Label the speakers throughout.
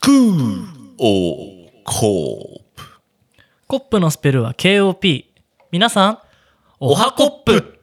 Speaker 1: クーオーコープ
Speaker 2: コップのスペルは KOP。皆さん、
Speaker 1: おはコップ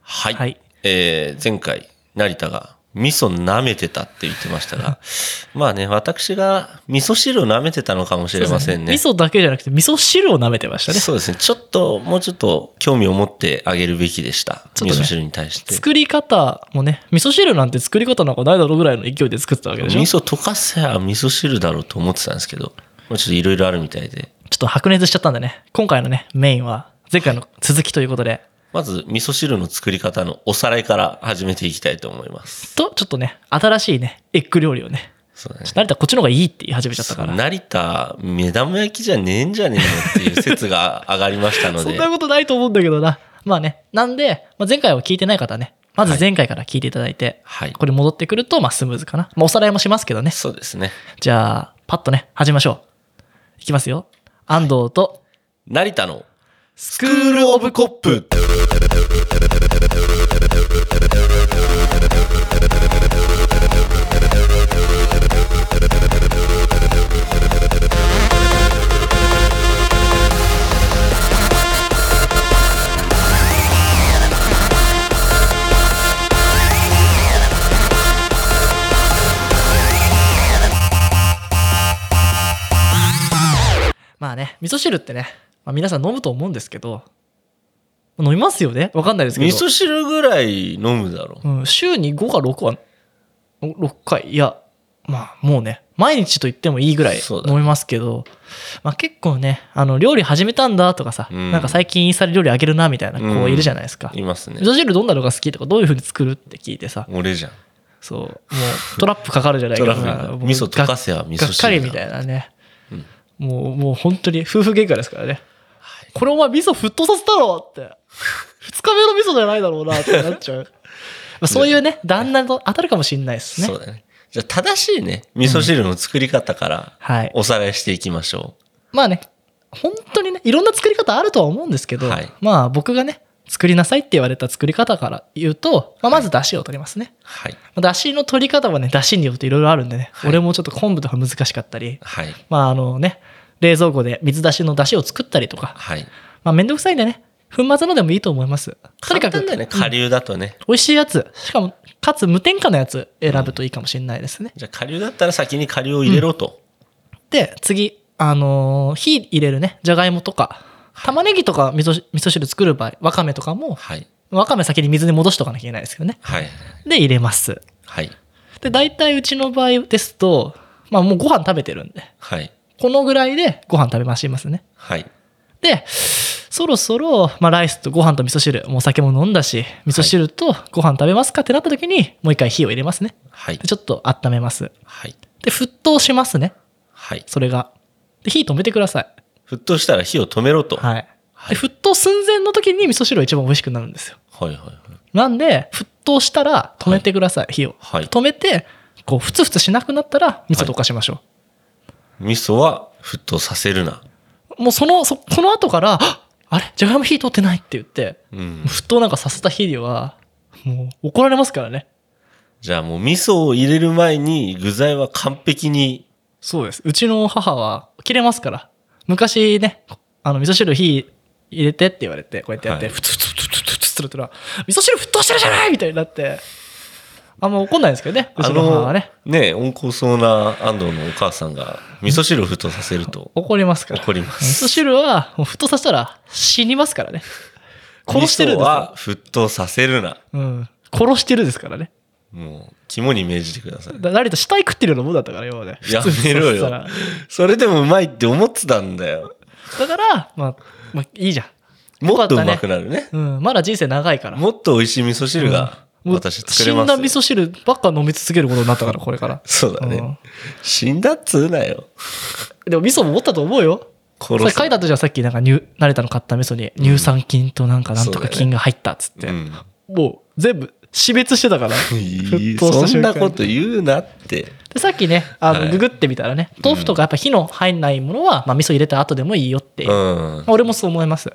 Speaker 1: はい、
Speaker 2: はい
Speaker 1: えー前回成田が味噌舐めてたって言ってましたが まあね私が味噌汁を舐めてたのかもしれませんね
Speaker 2: 味噌だけじゃなくて、味噌汁を舐めてましたね。
Speaker 1: そうですねちょっともうちょっと興味を持ってあげるべきでした、
Speaker 2: ちょっ
Speaker 1: 味
Speaker 2: とね
Speaker 1: 噌汁に対して
Speaker 2: 作り方もね、味噌汁なんて作り方なんかないだろうぐらいの勢いで作ってたわけでし
Speaker 1: 味
Speaker 2: ょ。ちょ
Speaker 1: 噌溶かせば味噌汁だろうと思ってたんですけどもうちょっといろいろあるみたいで
Speaker 2: っと白熱しちゃったんでね、今回のね、メインは前回の続きということで、
Speaker 1: まず味噌汁の作り方のおさらいから始めていきたいと思います
Speaker 2: と、ちょっとね、新しいね、エッグ料理をね、
Speaker 1: そうだね
Speaker 2: ちょっと成田こっちの方がいいって言い始めちゃったから。
Speaker 1: 成田目玉焼きじゃねえんじゃねえのっていう説が上がりましたの
Speaker 2: そん
Speaker 1: で
Speaker 2: なことないと思うんだけどな。まあね。なんで、まあ、前回は聞いてない方はね、まず前回から聞いていただいて、
Speaker 1: はい
Speaker 2: これ戻ってくると、まあスムーズかな。まあおさらいもしますけどね。
Speaker 1: そうですね
Speaker 2: じゃあ、パッとね、始めましょう。いきますよ。安藤と、
Speaker 1: 成田の
Speaker 2: ス
Speaker 1: スクール・オブ・コップ
Speaker 2: まあね、味噌汁ってね、まあ、皆さん飲むと思うんですけど、飲みますよねわかんないですけ
Speaker 1: 味
Speaker 2: ど。
Speaker 1: 噌汁ぐらい飲むだろ
Speaker 2: うん、週に5か6は、6回、いや、まあもうね、毎日と言ってもいいぐらい
Speaker 1: そうだね
Speaker 2: 飲みますけど、まあ結構ね、あの、料理始めたんだとかさ、
Speaker 1: うん
Speaker 2: なんか最近インスタで料理あげるなみたいな
Speaker 1: う
Speaker 2: 子
Speaker 1: ん
Speaker 2: いるじゃないですか。
Speaker 1: いますね
Speaker 2: 味噌汁どんなのが好きとか、どういうふうに作るって聞いてさ、
Speaker 1: 俺じゃん
Speaker 2: そう、もうトラップかかるじゃないか
Speaker 1: トラップ
Speaker 2: もう
Speaker 1: 味噌溶か
Speaker 2: が
Speaker 1: せば味噌汁だ
Speaker 2: がっかりみたいなね。もう、もう本当に夫婦喧嘩ですからね。これお前味噌沸騰させたろって。二日目の味噌じゃないだろうなってなっちゃう。 まあそういうね、旦那と当たるかもしれないです
Speaker 1: そ
Speaker 2: ね
Speaker 1: う。だねじゃあ正しいね味噌汁の作り方から
Speaker 2: はい。
Speaker 1: おさらいしていきましょ
Speaker 2: まあね、本当にね、いろんな作り方あるとは思うんですけど、
Speaker 1: はい
Speaker 2: まあ僕がね、作りなさいって言われた作り方から言うと、まあ、まず出汁を取りますね。
Speaker 1: うはい
Speaker 2: まあ出汁の取り方はね、出汁によっていろいろあるんでね、
Speaker 1: はい
Speaker 2: 俺もちょっと昆布とか難しかったり、
Speaker 1: はい
Speaker 2: まああのね、冷蔵庫で水出しの出汁を作ったりとか、
Speaker 1: はい
Speaker 2: まあめんどくさいんでね、粉末のでもいいと思います。とにか
Speaker 1: 簡単
Speaker 2: く、
Speaker 1: だよね
Speaker 2: うん
Speaker 1: 顆粒だとね
Speaker 2: 美味しいやつ、しかも、かつ無添加のやつ選ぶといいかもしれないですね。
Speaker 1: じゃあ顆粒だったら先に顆粒を入れろと
Speaker 2: で、次、あのー火入れるね、じゃがいもとか、玉ねぎとか味噌汁味噌汁作る場合、わかめとかも、
Speaker 1: はい
Speaker 2: わかめ先に水に戻しとかなきゃいけないですけどね。
Speaker 1: はい
Speaker 2: で、入れます。
Speaker 1: はい
Speaker 2: で、大体うちの場合ですと、まあもうご飯食べてるんで、
Speaker 1: はい
Speaker 2: このぐらいでご飯食べましますね。
Speaker 1: はい
Speaker 2: で、そろそろ、まあ、ライスとご飯と味噌汁、もうお酒も飲んだし、味噌汁とご飯食べますかってなった時に、もう一回火を入れますね。
Speaker 1: はい
Speaker 2: でちょっと温めます。
Speaker 1: はい
Speaker 2: で、沸騰しますね。
Speaker 1: はい
Speaker 2: それが。で、火止めてください。
Speaker 1: 沸騰したら火を止めろとはい
Speaker 2: はい。
Speaker 1: は
Speaker 2: で、沸騰寸前の時に味噌汁が一番美味しくなるんですよ。
Speaker 1: はいはい
Speaker 2: なんで、沸騰したら止めてください、火を。
Speaker 1: はい
Speaker 2: 止めて、こう、ふつふつしなくなったら、味噌溶かしましょう。
Speaker 1: 味噌は沸騰させるな
Speaker 2: もうその、そ、この後から、ああれじゃがいも火通ってないって言って、
Speaker 1: うん
Speaker 2: 沸騰なんかさせた日には、もう怒られますからね。
Speaker 1: じゃあもう味噌を入れる前に具材は完璧に
Speaker 2: そうです。うちの母は切れますから。昔ね、あの、味噌汁火入れてって言われて、こうやってやって、
Speaker 1: はい
Speaker 2: ふつふつふつふつふつって言ったら、味噌汁沸騰してるじゃないみたいになって、あんま怒んないんですけどね、うちの母はね。
Speaker 1: ね温厚そうな安藤のお母さんが味噌汁を沸騰させると
Speaker 2: 怒りますから。
Speaker 1: 怒ります
Speaker 2: 味噌汁は、もう沸騰させたら死にますからね。殺してるん
Speaker 1: 味
Speaker 2: で
Speaker 1: 噌
Speaker 2: す
Speaker 1: は
Speaker 2: よ。
Speaker 1: 沸騰させるな
Speaker 2: うん。殺してるですからね。
Speaker 1: もう肝に銘じてください
Speaker 2: だ誰と死体食ってるようなもんだったから、今まで。
Speaker 1: や
Speaker 2: 普通
Speaker 1: め
Speaker 2: に
Speaker 1: ろ
Speaker 2: そうした
Speaker 1: よ
Speaker 2: ら
Speaker 1: それでもうまいって思ってたんだよ
Speaker 2: だから、まあ、まあ、いいじゃん。
Speaker 1: もっとう
Speaker 2: よか
Speaker 1: ま
Speaker 2: った
Speaker 1: く
Speaker 2: ね
Speaker 1: なるね
Speaker 2: うん、まだ人生長いから。
Speaker 1: もっと美味しい味噌汁が
Speaker 2: もう
Speaker 1: 私作れます
Speaker 2: 死んだ味噌汁ばっか飲み続けることになっ たから、これから。
Speaker 1: そうだ
Speaker 2: うん
Speaker 1: ね死んだっつうなよ
Speaker 2: でも味噌も持ったと思うよ。そ
Speaker 1: 殺
Speaker 2: れ
Speaker 1: す
Speaker 2: 書いた時はさっき、なんか乳、慣れたの買った味噌に乳酸菌となんかなんとか菌が入ったっつって。
Speaker 1: うん
Speaker 2: もう全部死滅してたから。
Speaker 1: いい
Speaker 2: 沸騰した
Speaker 1: そん
Speaker 2: 瞬
Speaker 1: な
Speaker 2: 間
Speaker 1: こと言うなって
Speaker 2: で、さっきね、あの、
Speaker 1: はい
Speaker 2: ググってみたらね、豆腐とかやっぱ火の入んないものは、まあ味噌入れた後でもいいよっていうう。
Speaker 1: ん
Speaker 2: 俺もそう思います。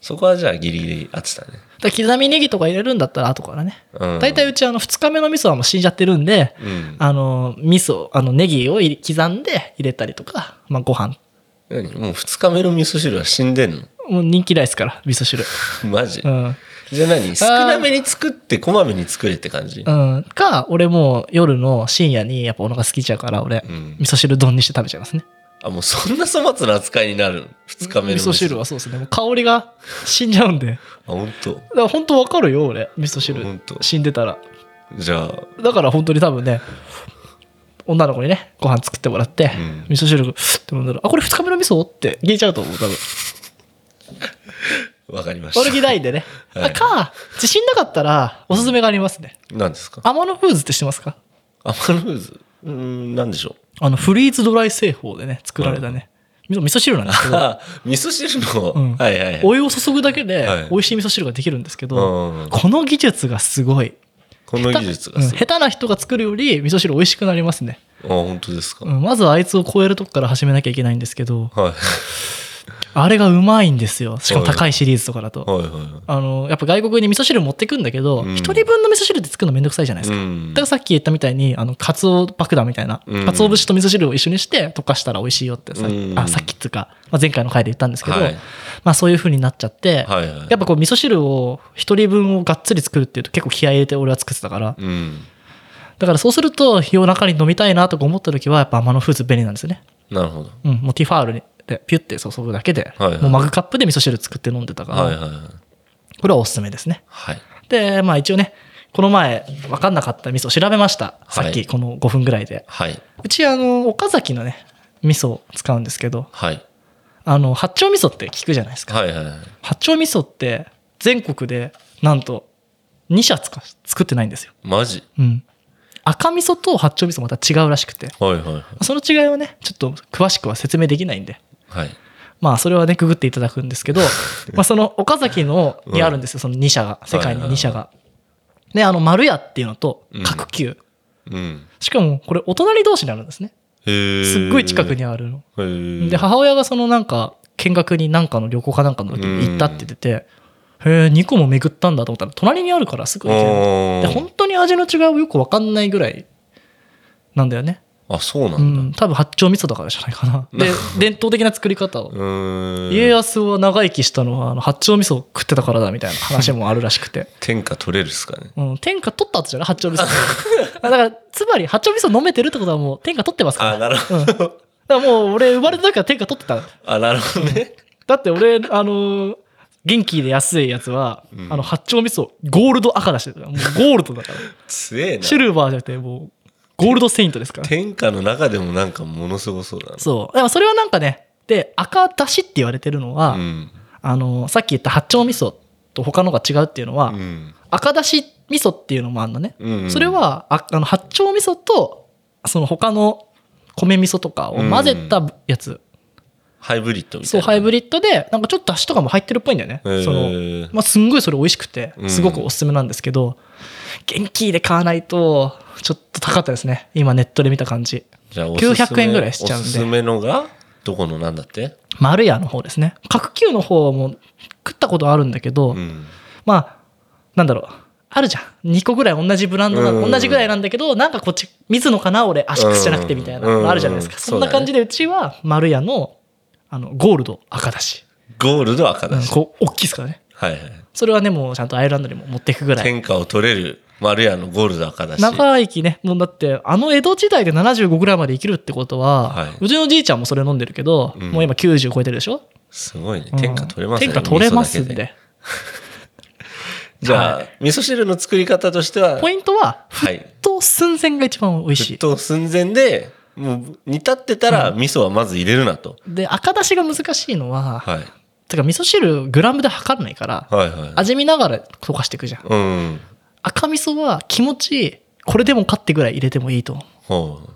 Speaker 1: そこはじゃあギリギリ合ってたね。
Speaker 2: だから刻みネギとか入れるんだったら後からね。
Speaker 1: うん。
Speaker 2: 大体うちあの2日目の味噌はもう死んじゃってるんで、
Speaker 1: うん。
Speaker 2: あの、味噌、あの、ネギを入れ刻んで入れたりとか、まあご飯。
Speaker 1: 何もう二日目の味噌汁は死んでんの
Speaker 2: もう人気ないですから、味噌汁。
Speaker 1: マジ
Speaker 2: うん。
Speaker 1: じゃあ何少なめに作ってこまめに作れって感じ
Speaker 2: うん。か、俺もう夜の深夜にやっぱお腹空きちゃうから、俺、
Speaker 1: うん
Speaker 2: 味噌汁丼にして食べちゃいますね。
Speaker 1: あ、もうそんな粗末な扱いになるの二日目の
Speaker 2: 味噌汁はそうですね。もう香りが死んじゃうんで。だか
Speaker 1: あ、本当。
Speaker 2: ら本当わかるよ、俺。味噌汁
Speaker 1: ほんと。
Speaker 2: 死んでたら。
Speaker 1: じゃあ、
Speaker 2: だから本当に多分ね、女の子にね、ご飯作ってもらって、
Speaker 1: うん
Speaker 2: 味噌汁、って飲んだら、あ、これ二日目の味噌って言えちゃうと思う、多分。
Speaker 1: わかりま
Speaker 2: 悪気
Speaker 1: し
Speaker 2: ないんでね。
Speaker 1: はい
Speaker 2: あか、自信なかったら、おすすめがありますね。
Speaker 1: た。何ですか
Speaker 2: アマノフーズって知ってますか
Speaker 1: アマノフーズうーん、なんでしょう
Speaker 2: あの、フリーズドライ製法でね、作られたね。味噌汁なんです けど、
Speaker 1: あ味噌汁の、
Speaker 2: うん
Speaker 1: はいはいはい。
Speaker 2: お湯を注ぐだけで
Speaker 1: はい
Speaker 2: 美味しい味噌汁ができるんですけど、
Speaker 1: うん
Speaker 2: この技術がすごい。
Speaker 1: この技術が
Speaker 2: うん
Speaker 1: すごい。
Speaker 2: 下手な人が作るより味噌汁美味しくなりますね。
Speaker 1: あ、本当ですか。
Speaker 2: うんまずはあいつを超えるとこから始めなきゃいけないんですけど、
Speaker 1: はい。
Speaker 2: あれがうまいんですよ。しかも高いシリーズとかだと。
Speaker 1: はいはいは
Speaker 2: あの、やっぱ外国に味噌汁持ってくんだけど、
Speaker 1: うん
Speaker 2: 一人分の味噌汁って作るのめんどくさいじゃないです
Speaker 1: い。う
Speaker 2: か。
Speaker 1: ん
Speaker 2: だからさっき言ったみたいに、あの、かつお爆弾みたいな、
Speaker 1: うん
Speaker 2: かつお節と味噌汁を一緒にして溶かしたら美味しいよってさ、
Speaker 1: うん
Speaker 2: あ、さっきっていうか、まあ、前回の回で言ったんですけど、
Speaker 1: はい
Speaker 2: まあそういう風になっちゃって、
Speaker 1: はいはい。
Speaker 2: やっぱこう味噌汁を一人分をがっつり作るっていうと結構気合い入れて俺は作ってたから、
Speaker 1: うん。
Speaker 2: だからそうすると夜中に飲みたいなとか思った時はやっぱ天のフーズ便利なんですよね。
Speaker 1: なるほど。
Speaker 2: うん、もうティファールでピュッて注ぐだけで、
Speaker 1: はいはい
Speaker 2: もうマグカップで味噌汁作って飲んでたから、
Speaker 1: はいはいはい。
Speaker 2: これはおすすめですね。
Speaker 1: はい。
Speaker 2: で、まあ一応ね、この前分かんなかった味噌調べました。さっ
Speaker 1: は
Speaker 2: き
Speaker 1: い
Speaker 2: この5分ぐらいで。
Speaker 1: はい。
Speaker 2: うちあの岡崎のね味噌を使うんですけど
Speaker 1: はい。
Speaker 2: あの八丁味噌って聞くじゃないですか
Speaker 1: はいはいはい。
Speaker 2: 八丁味噌って全国でなんと2社つか作ってないんですよ、
Speaker 1: マジ
Speaker 2: うん、赤味噌と八丁味噌また違うらしくて
Speaker 1: はいはいはい。
Speaker 2: その違いはねちょっと詳しくは説明できないんで
Speaker 1: はい。
Speaker 2: まあそれはねググっていただくん ですけどまあその岡崎のにあるんですよその2社が世界に2社が。であの丸屋っていうのと
Speaker 1: うん
Speaker 2: 角球、
Speaker 1: うん。
Speaker 2: しかもこれお隣同士にあるんですね
Speaker 1: へえ。
Speaker 2: すっごい近くにあるの。
Speaker 1: へー
Speaker 2: で母親がそのなんか見学になんかの旅行かなんかの時に行ったって言ってて、へえ2個も巡ったんだと思ったら隣にあるからすぐ行ける
Speaker 1: あ
Speaker 2: で
Speaker 1: ー
Speaker 2: 本当に味の違いをよく分かんないぐらいなんだよね
Speaker 1: あ、そうな
Speaker 2: うん
Speaker 1: だ。
Speaker 2: ん多分八丁味噌だからじゃないかなで伝統的な作り方を
Speaker 1: うーん。
Speaker 2: 家康は長生きしたのはあの八丁味噌を食ってたからだみたいな話もあるらしく て
Speaker 1: 天下取れるっすかね。
Speaker 2: うん、天下取った後じゃない八丁味噌 だからつまり八丁味噌飲めてるってことはもう天下取ってますから
Speaker 1: あ、なるほ
Speaker 2: うんだか
Speaker 1: ど。
Speaker 2: らもう俺生まれた時から天下取ってた
Speaker 1: あ、なるほどね。
Speaker 2: だって俺、あのー元気で安いやつは、
Speaker 1: うん
Speaker 2: あの、八丁味噌、ゴールド赤出してるから、もうゴールドだ から。
Speaker 1: 強えな。
Speaker 2: シルバーじゃなくて、もう、ゴールドセイントですから。
Speaker 1: 天下の中でもなんかものすごそうだな。
Speaker 2: そう。でもそれはなんかね、で、赤出しって言われてるのは、
Speaker 1: うん。
Speaker 2: あのーさっき言った八丁味噌と他のが違うっていうのは、
Speaker 1: うん。
Speaker 2: 赤出し味噌っていうのもあるのね。
Speaker 1: うんうん
Speaker 2: それは、ああの、八丁味噌と、その他の米味噌とかを混ぜたやつ。
Speaker 1: ハイブリッドみた
Speaker 2: そ、
Speaker 1: いうな。
Speaker 2: ハイブリッドで、なんかちょっと出汁とかも入ってるっぽいんだよね。
Speaker 1: へー
Speaker 2: その、まあ、すんごいそれ美味しくて
Speaker 1: う、ん
Speaker 2: すごくおすすめなんですけど、元気で買わないと、ちょっと高かったですね。今ネットで見た感じ。
Speaker 1: じゃあおすすめ
Speaker 2: 900円ぐらいしちゃうんで
Speaker 1: おすすめのが、どこのなんだって
Speaker 2: 丸屋の方ですね。角球の方も食ったことあるんだけど、
Speaker 1: うん。
Speaker 2: まあ、なんだろう。あるじゃん。2個ぐらい同じブランドな、
Speaker 1: うん
Speaker 2: 同じぐらいなんだけど、なんかこっち、水野かな俺、アシックスじゃなくてみたいな
Speaker 1: うん
Speaker 2: のあるじゃないですか。
Speaker 1: うん
Speaker 2: そんな感じで、うちは丸屋の、あの、ゴールド赤だし。
Speaker 1: ゴールド赤
Speaker 2: う
Speaker 1: だ
Speaker 2: ん、
Speaker 1: し。
Speaker 2: こう、大きいですからね。
Speaker 1: はいはい。
Speaker 2: それはね、もうちゃんとアイルランドにも持っていくぐらい。
Speaker 1: 天下を取れる丸屋のゴールド赤だし。
Speaker 2: 長生きねもうだってあの江戸時代で75ぐらいまで生きるってことは、
Speaker 1: はいう
Speaker 2: ちのじいちゃんもそれ飲んでるけど、
Speaker 1: うん
Speaker 2: もう今90超えてるでしょ
Speaker 1: すごいね
Speaker 2: う。ん
Speaker 1: 天下取れますね。
Speaker 2: 天下取れますん
Speaker 1: 味噌
Speaker 2: で
Speaker 1: だけ。じゃあ、味噌汁の作り方としては、
Speaker 2: ポイントは
Speaker 1: はい。
Speaker 2: と寸前が一番美味し
Speaker 1: 沸
Speaker 2: い
Speaker 1: 騰寸前で、もう煮立ってたら味噌はまず入れるなと。
Speaker 2: で赤だしが難しいのは、
Speaker 1: はい。
Speaker 2: てか味噌汁グラムで測らないから、
Speaker 1: はいはい。
Speaker 2: 味見ながら溶かしていくじゃん
Speaker 1: うん。
Speaker 2: 赤味噌は気持ちいいこれでもかってぐらい入れてもいいと思う
Speaker 1: ほ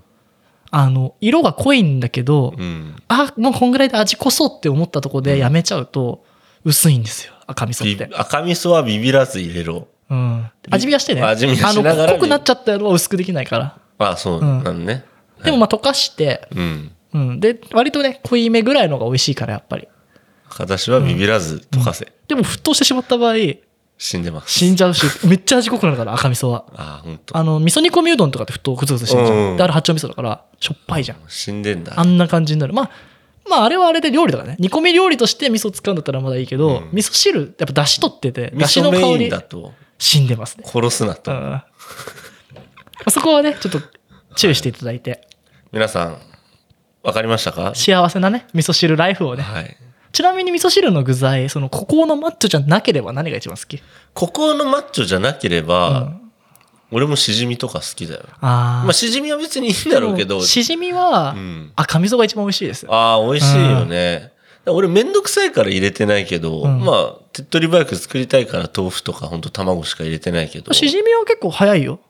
Speaker 2: あの色が濃いんだけど、
Speaker 1: う。うん。
Speaker 2: あもうこんぐらいで味こそうって思ったとこでやめちゃうと薄いんですよ赤味噌
Speaker 1: び
Speaker 2: って、
Speaker 1: 赤味噌はビビらず入れろ。
Speaker 2: うん、味見はしてね
Speaker 1: 味見はしながらね
Speaker 2: あの濃くなっちゃったのは薄くできないから
Speaker 1: あ、そう
Speaker 2: うん
Speaker 1: なのね。
Speaker 2: でもまあ溶かして、
Speaker 1: うん。
Speaker 2: うん、で割とね濃いめぐらいのが美味しいからやっぱり
Speaker 1: 私はビビらず溶かせ。
Speaker 2: でも沸騰してしまった場合、
Speaker 1: 死んでます。
Speaker 2: 死んじゃうし、めっちゃ味濃くなるから、赤味噌は。
Speaker 1: ああ、ほんと。
Speaker 2: あの、味噌煮込みうどんとかって沸騰ぐつぐつしてるじゃ
Speaker 1: うんうん
Speaker 2: ん。で、あれ八丁味噌だから、しょっぱいじゃん。
Speaker 1: 死んでんだ
Speaker 2: あ。んな感じになる。まあ、まあ、あれはあれで料理だからね。煮込み料理として味噌使うんだったらまだいいけど、
Speaker 1: うん
Speaker 2: 味噌汁、やっぱ出汁取ってて、
Speaker 1: 味
Speaker 2: 出汁
Speaker 1: 噌
Speaker 2: の
Speaker 1: メ
Speaker 2: 香
Speaker 1: イン
Speaker 2: り
Speaker 1: だ、と、
Speaker 2: 死んでますね。
Speaker 1: 殺すな
Speaker 2: うん
Speaker 1: と。
Speaker 2: まあそこはね、ちょっと注意していただいて、
Speaker 1: 皆さん、わかりましたか
Speaker 2: 幸せなね、味噌汁ライフをね。
Speaker 1: はい。
Speaker 2: ちなみに味噌汁の具材、その、ここのマッチョじゃなければ何が一番好き
Speaker 1: ここのマッチョじゃなけれ
Speaker 2: う
Speaker 1: ば、
Speaker 2: ん
Speaker 1: 俺もシジミとか好きだよ。
Speaker 2: あ
Speaker 1: まあ、
Speaker 2: ー
Speaker 1: シジミは別にいいんだろうけ
Speaker 2: で
Speaker 1: ど
Speaker 2: も、しじみは
Speaker 1: うん、
Speaker 2: 赤味噌が一番美味しいですよ。
Speaker 1: ああ、美味しいよね。俺めんどくさいから入れてないけど、
Speaker 2: うん
Speaker 1: まあ、手っ取り早く作りたいから豆腐とか本当卵しか入れてないけど。
Speaker 2: しじみは結構早いよ。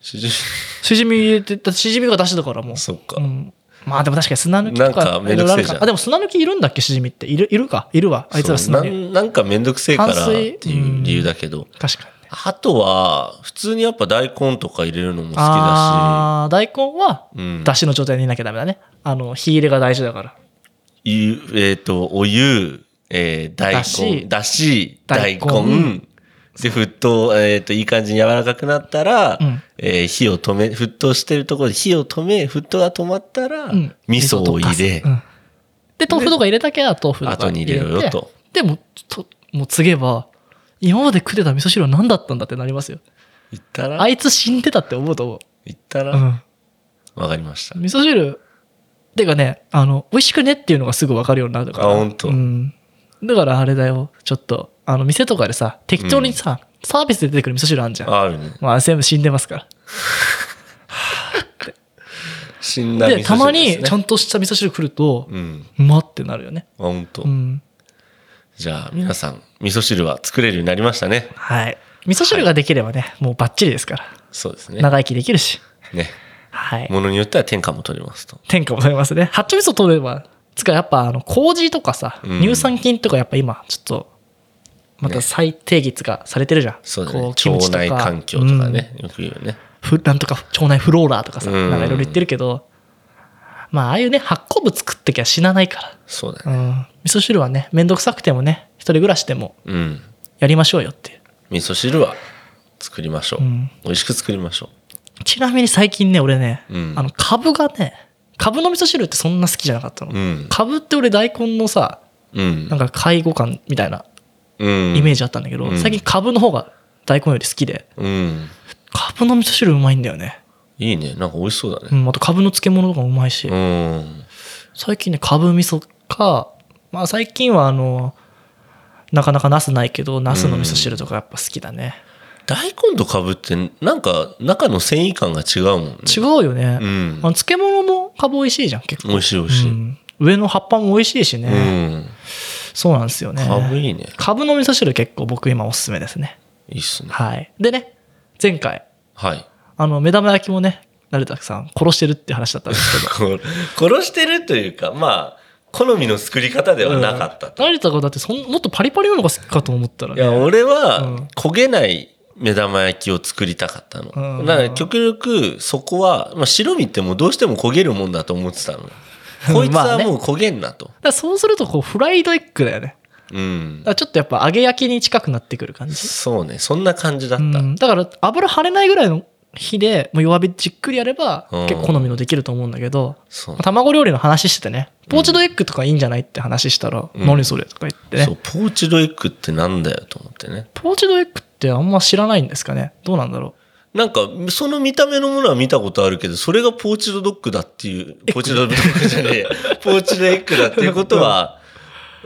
Speaker 1: シジ
Speaker 2: しじみ入れて、だってしじみが出汁だからもう
Speaker 1: ミ。そっか。
Speaker 2: うん、まあでも確かに砂抜きとか
Speaker 1: なんかめんどくせえじゃん
Speaker 2: あでも砂抜きいるんだっけしじみっているいるかいるわあいつら
Speaker 1: そう
Speaker 2: 砂
Speaker 1: な
Speaker 2: 抜き
Speaker 1: んなんかめんどくせえからっ
Speaker 2: 反
Speaker 1: て
Speaker 2: 水
Speaker 1: いう理由だけど。
Speaker 2: 確かにね
Speaker 1: あとは、普通にやっぱ大根とか入れるのも好きだ
Speaker 2: ああ大根は
Speaker 1: し、うん。
Speaker 2: だしの状態にいなきゃダメだねあの火入れが大事だから
Speaker 1: ゆえっ、と、お湯、えー、大
Speaker 2: だし
Speaker 1: 根、だし、大根。
Speaker 2: 大根
Speaker 1: で、沸騰、えっ、と、いい感じに柔らかくなったら、
Speaker 2: うん
Speaker 1: えー火を止め、沸騰してるところで火を止め、沸騰が止まったら、
Speaker 2: うん
Speaker 1: 味噌を入れ
Speaker 2: う、んで豆腐とか入れたけゃ豆腐とか
Speaker 1: 後に入れろよ
Speaker 2: て
Speaker 1: と。
Speaker 2: でもともう告げば今まで食ってた味噌汁は何だったんだってなりますよ
Speaker 1: 言ったら
Speaker 2: あいつ死んでたって思うと思う
Speaker 1: 言ったら、
Speaker 2: う
Speaker 1: わ、
Speaker 2: ん
Speaker 1: かりました。
Speaker 2: 味噌汁てかねあの美味しくねっていうのがすぐ分かるようになるから
Speaker 1: あほんと
Speaker 2: うん、だからあれだよちょっとあの店とかでさ適当にさ、サービスで出てくる味噌汁あんじゃん
Speaker 1: あるね。
Speaker 2: まあ全部死んでますか
Speaker 1: 死ん
Speaker 2: ら
Speaker 1: だ味噌汁です、ね。
Speaker 2: で,、たまにちゃんとした味噌汁来ると、
Speaker 1: うん。
Speaker 2: うまってなるよね
Speaker 1: あ、ほんと。
Speaker 2: うん
Speaker 1: じゃあ、皆さん、味噌汁は作れるようになりましたね。
Speaker 2: はい味噌汁ができればね、もうバッチリですから
Speaker 1: そうですね。
Speaker 2: 長生きできるし
Speaker 1: ね。
Speaker 2: はい
Speaker 1: ものによっては天下も取れますと。
Speaker 2: 天下も取れますね八丁味噌取ればつかやっぱあの麹とかさ、
Speaker 1: うん
Speaker 2: 乳酸菌とかやっぱ今ちょっとま
Speaker 1: ね
Speaker 2: た再定義がされてるじゃん、
Speaker 1: そうだ
Speaker 2: こ
Speaker 1: ね。
Speaker 2: キム
Speaker 1: 腸
Speaker 2: チとか
Speaker 1: 内環境とかね、よく言うよね。
Speaker 2: うんふなんとか腸内フローラーとかさ、
Speaker 1: うん
Speaker 2: なんかいろいろ言ってるけどまあああいうね発酵物作ってきゃ死なないか
Speaker 1: そうだね。
Speaker 2: ら、うん、味噌汁はね面倒くさくてもね一人暮らしでも
Speaker 1: うん。
Speaker 2: やりましょうよっていう
Speaker 1: 味噌汁は作りましょう。
Speaker 2: うん
Speaker 1: 美味しく作りましょ
Speaker 2: ちなみに最近ね俺ね、
Speaker 1: うん
Speaker 2: あのカブがねカブの味噌汁ってそんな好きじゃなかったの、
Speaker 1: う。うん。
Speaker 2: カブって俺大根のさ
Speaker 1: うん
Speaker 2: なん。か介護感みたいな
Speaker 1: うん。
Speaker 2: イメ
Speaker 1: ジ。
Speaker 2: ージあったんだけど、
Speaker 1: うん
Speaker 2: 最近カブの方が大根より好きで
Speaker 1: うん。
Speaker 2: カブの味噌汁うまいんだよね、
Speaker 1: いいね。なんか美味しそうだ
Speaker 2: う
Speaker 1: ね。
Speaker 2: ん、あとカブの漬物とかもうまいし、
Speaker 1: うん。
Speaker 2: 最近ねカブ味噌かまあ最近はあのなかなかナスないけどナスの味噌汁とかやっぱ好きだね、
Speaker 1: 大根とかぶって、なんか中の繊維感が違うもんね。
Speaker 2: 違うよね、
Speaker 1: う
Speaker 2: あ
Speaker 1: ん。
Speaker 2: の漬物もカブ美味しいじゃん結構
Speaker 1: 美味しい美味し
Speaker 2: う
Speaker 1: い。
Speaker 2: ん上の葉っぱも美味しいしね、
Speaker 1: うん。
Speaker 2: そうなんですよね
Speaker 1: かぶいいね。
Speaker 2: カブの味噌汁結構僕今おすすめですね
Speaker 1: いいっすね。
Speaker 2: はいでね前回
Speaker 1: はい。
Speaker 2: あの目玉焼きもね成田さん殺してるって話だったんですけど
Speaker 1: こ殺してるというか、まあ、好みの作り方ではなかった と。
Speaker 2: うん成田がだってそんもっとパリパリなのが好きかと思ったら
Speaker 1: いや、
Speaker 2: ね
Speaker 1: 俺
Speaker 2: うん
Speaker 1: は焦げない目玉焼きを作りたかったの。
Speaker 2: うん
Speaker 1: だから極力そこは、まあ、白身ってもうどうしても焦げるもんだと思ってた の。こいつ
Speaker 2: まあ
Speaker 1: は
Speaker 2: ね
Speaker 1: もう焦げんなと。
Speaker 2: だからそうするとこうフライドエッグだよね
Speaker 1: うん
Speaker 2: だか。らちょっとやっぱ揚げ焼きに近くなってくる感じ
Speaker 1: そうね。そんな感じだっ
Speaker 2: う
Speaker 1: た。
Speaker 2: んだから油跳ねないぐらいの火でもう弱火じっくりやれば
Speaker 1: うん
Speaker 2: 結構好みのできると思うんだけど
Speaker 1: そう
Speaker 2: 卵料理の話しててねポーチドエッグとかいいんじゃないって話したら
Speaker 1: ん
Speaker 2: 何それとか言って
Speaker 1: そう
Speaker 2: ね
Speaker 1: ポーチドエッグってなんだよと思ってね。
Speaker 2: ポーチドエッグってあんま知らないんですかねどうなんだろ
Speaker 1: なんか、その見た目のものは見たことあるけど、それがポーチドドッグだっていう、ポーチドドッグじゃねえや、 ポーチドエッグだっていうことは、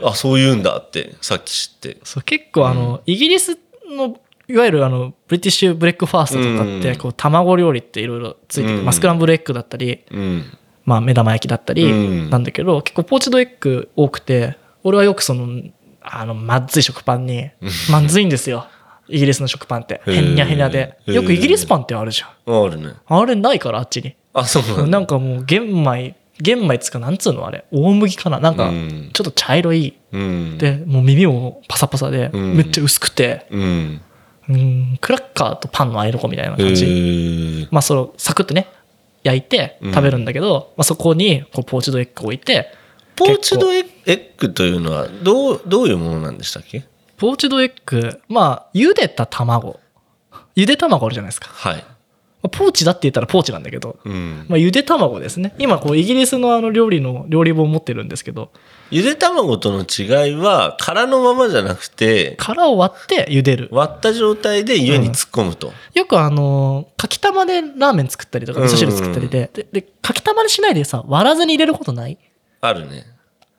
Speaker 1: あ、そういうんだって、さっき知って。
Speaker 2: うそう結構あのイギリスのいわゆるあのブリティッシュブレックファーストとかっ
Speaker 1: う
Speaker 2: て
Speaker 1: ん
Speaker 2: こう卵料理っていろいろついてて
Speaker 1: うん
Speaker 2: まあスクランブルエッグだったり
Speaker 1: うん。
Speaker 2: まあ、目玉焼きだった
Speaker 1: うん
Speaker 2: りなんだけど、結構ポーチドエッグ多くて俺はよくそのあのまずい食パンにまずいんですよイギリスの食パンって
Speaker 1: へー
Speaker 2: へんにゃへにゃで
Speaker 1: へー
Speaker 2: よくイギリスパンってあるじゃん
Speaker 1: あるね。
Speaker 2: あれないからあっちに
Speaker 1: あ、そうなんだ。
Speaker 2: なんかもう玄米玄米っつうかなんつうのあれ大麦かななんか
Speaker 1: うん
Speaker 2: ちょっと茶色い
Speaker 1: うん。
Speaker 2: でもう耳もパサパサで
Speaker 1: うん
Speaker 2: めっちゃ薄くて
Speaker 1: うん。
Speaker 2: うんクラッカーとパンの間の子みたいな
Speaker 1: え
Speaker 2: 感じ
Speaker 1: ー、
Speaker 2: まあ、そのサクッとね焼いて食べるんだけど、まあ、そこにこうポーチドエッグを置いて
Speaker 1: ポーチドエッグというのはどうどういうものなんでしたっけ
Speaker 2: ポーチドエッグ、まあ、茹でた卵。ゆで卵あるじゃないですか。
Speaker 1: はい、
Speaker 2: まあポーチだって言ったらポーチなんだけど、
Speaker 1: うん、
Speaker 2: まあ、ゆで卵ですね。今、こう、イギリスのあの料理の料理本持ってるんですけど、
Speaker 1: ゆで卵との違いは殻のままじゃなくて
Speaker 2: 殻を割って茹でる。
Speaker 1: 割った状態で湯に突っ込むと、
Speaker 2: よくあのー、かきたまでラーメン作ったりとか、
Speaker 1: うん
Speaker 2: 味噌汁作ったりで、で、でかきたまにしないでさ、割らずに入れることない
Speaker 1: あるね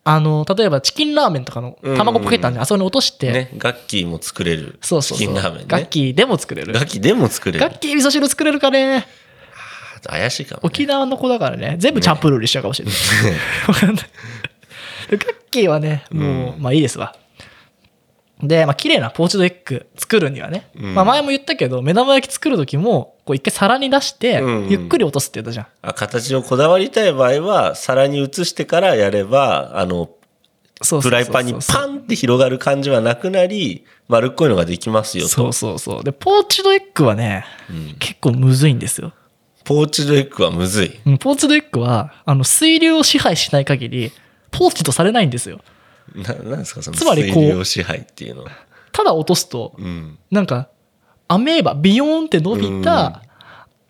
Speaker 2: あのー、例えばチキンラーメンとかの
Speaker 1: うん
Speaker 2: 卵ポケットあるじゃんあそこに落として、
Speaker 1: ねガッキーも作れる
Speaker 2: そうそうそう。
Speaker 1: チキンラーメンね
Speaker 2: ガッキーでも作れる。
Speaker 1: ガッキーでも作れる
Speaker 2: ガッキー味噌汁作れるかね
Speaker 1: 怪しいかも、ね、
Speaker 2: 沖縄の子だからね、全部チャンプルーにしちゃうかもしれない。 わかんないでガッキーはね、もう、
Speaker 1: うん
Speaker 2: まあいいですわ。で、まあ綺麗なポーチドエッグ作るにはね、
Speaker 1: うん
Speaker 2: まあ前も言ったけど、目玉焼き作る時も、こう一回皿に出して
Speaker 1: うんう、ん
Speaker 2: ゆっくり落とすって言ったじゃん。
Speaker 1: あ形をこだわりたい場合は皿に移してからやればあの
Speaker 2: そう
Speaker 1: フ
Speaker 2: そうそうそう
Speaker 1: ライパンにパンって広がる感じはなくなり丸っこいのができますよと
Speaker 2: そうそうそう。で、ポーチドエッグはね、
Speaker 1: うん
Speaker 2: 結構むずいんですよ。
Speaker 1: ポーチドエッグはむずい
Speaker 2: うんポーチドエッグは、あの、水流を支配しない限り、ポーチとされないんですよ。
Speaker 1: ななんですかその
Speaker 2: つまりこう
Speaker 1: 水量支配っていうのは、
Speaker 2: ただ落とすと、
Speaker 1: うん、
Speaker 2: なんか、アメーバ、ビヨーンって伸びた、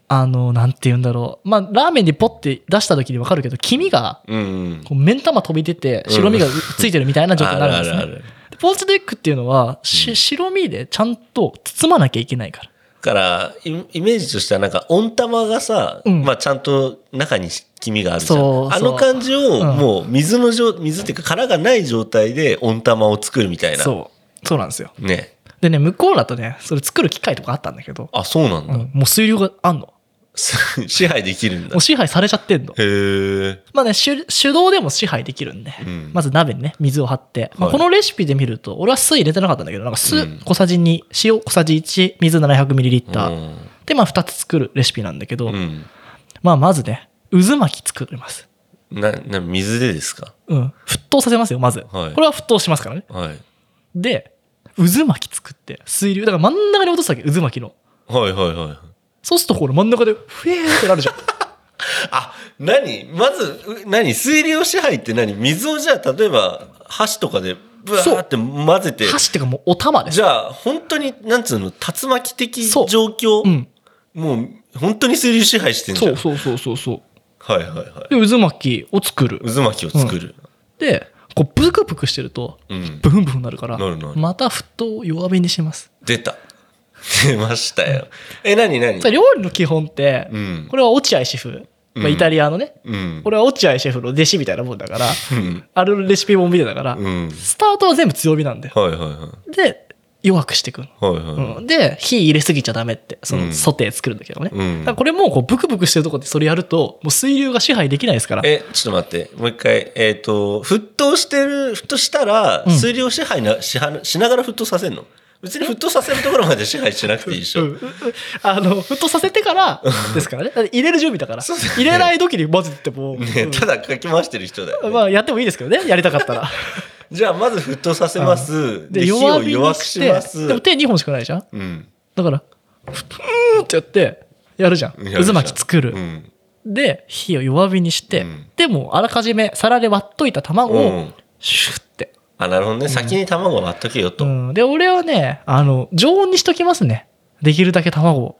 Speaker 2: あの、なんて言うんだろう。まあ、ラーメンにポッて出した時にわかるけど、黄身が、
Speaker 1: うんうん
Speaker 2: こう、目ん玉飛び出て、
Speaker 1: うん
Speaker 2: 白身がついてるみたいな状況になるん
Speaker 1: あ
Speaker 2: です
Speaker 1: る
Speaker 2: ね。
Speaker 1: あるある
Speaker 2: でポーチドエッグっていうのは、し白身でちゃんと包まなきゃいけないから。
Speaker 1: だからイイメージとしてはなんか温玉がさ、
Speaker 2: うん
Speaker 1: まあ、ちゃんと中に黄身があるじゃん
Speaker 2: そう
Speaker 1: あ
Speaker 2: そう
Speaker 1: の感じを
Speaker 2: うん
Speaker 1: もう水の状水っていうか殻がない状態で温玉を作るみたいな
Speaker 2: そう。そうなんですよ。
Speaker 1: ね
Speaker 2: でね、向こうだとね、それ作る機械とかあったんだけど、
Speaker 1: あそうなんだ、
Speaker 2: うんもう水流があんの。
Speaker 1: 支配できるんだ
Speaker 2: もう支配されちゃってんの。
Speaker 1: へえ
Speaker 2: まあね、手手動でも支配できるんで、
Speaker 1: うん
Speaker 2: まず鍋にね、水を張って、まあ、
Speaker 1: はい
Speaker 2: このレシピで見ると、俺は酢入れてなかったんだけど、なんか酢
Speaker 1: うん
Speaker 2: 小さじ2、塩小さじ1、水 700ml、
Speaker 1: うん
Speaker 2: で、まあ2つ作るレシピなんだけど、
Speaker 1: うん
Speaker 2: まあまずね、渦巻き作ります。
Speaker 1: なな水でですか
Speaker 2: うん。沸騰させますよ、まず。
Speaker 1: はい
Speaker 2: これは沸騰しますからね。
Speaker 1: はい
Speaker 2: で、渦巻き作って、水流、だから真ん中に落とすわけ、渦巻きの。
Speaker 1: はいはいはい
Speaker 2: そうすると、これ真ん中で、ふえーってなるじゃん。
Speaker 1: あ何まずう何水量支配って何水をじゃあ例えば箸とかでブワーって混ぜて
Speaker 2: 箸っていうかもうお玉です。
Speaker 1: じゃあ本当になんつうの竜巻的状
Speaker 2: そう
Speaker 1: 況、
Speaker 2: うん。
Speaker 1: もう本当に水流支配してんじ
Speaker 2: そ
Speaker 1: ゃん
Speaker 2: うそうそうそうそう。
Speaker 1: はいはいは
Speaker 2: で、渦巻きを作る
Speaker 1: い。渦巻きを作る、
Speaker 2: で、こう、ブクブクしてると、
Speaker 1: うん
Speaker 2: ブフンブフンなるから
Speaker 1: なるなる
Speaker 2: また沸騰を弱火にします
Speaker 1: 出た出ましたよえ何何
Speaker 2: さあ料理の基本って、
Speaker 1: うん
Speaker 2: これは落合シェフ、まあ、
Speaker 1: うん
Speaker 2: イタリアのね、
Speaker 1: うん
Speaker 2: これは落合シェフの弟子みたいなもんだから
Speaker 1: うん
Speaker 2: あるレシピ本みたいだから、
Speaker 1: うん
Speaker 2: スタートは全部強火なんだよ
Speaker 1: はいはいはい
Speaker 2: で弱くしていくの、
Speaker 1: はいはい、
Speaker 2: うんで火入れすぎちゃダメってそうの
Speaker 1: ん
Speaker 2: ソテー作るんだけどね、
Speaker 1: うん
Speaker 2: だからこれもこうブクブクしてるとこでそれやるともう水流が支配できないですから
Speaker 1: え、ちょっと待って、もう一回、えっ、と、沸騰してる、沸騰したら、
Speaker 2: うん
Speaker 1: 水量支配なしはしながら沸騰させるの別に沸騰させるところまで支配しなくていいでしょ。
Speaker 2: うんあの沸騰させてからですからねだって入れる準備だから
Speaker 1: そうだよね
Speaker 2: 入れない時に混ぜてても、
Speaker 1: ね、
Speaker 2: うん
Speaker 1: ただかき回してる人だよ、ね
Speaker 2: まあやってもいいですけどね、やりたかったら。
Speaker 1: じゃあ、まず沸騰させます。 で、火を弱くします
Speaker 2: で。も手2本しかないじゃん
Speaker 1: うん。
Speaker 2: だから、ふーんってやって、やるじゃん。
Speaker 1: やるじゃ
Speaker 2: 渦
Speaker 1: ん
Speaker 2: 巻き作る。
Speaker 1: うん。
Speaker 2: で、火を弱火にして、
Speaker 1: うん
Speaker 2: でもうあらかじめ皿で割っといた卵
Speaker 1: う
Speaker 2: を
Speaker 1: ん、
Speaker 2: シュッて。
Speaker 1: あ、なるほどね。先に卵を割っとけよと。
Speaker 2: うんで、俺はね、あの、常温にしときますね。できるだけ卵を。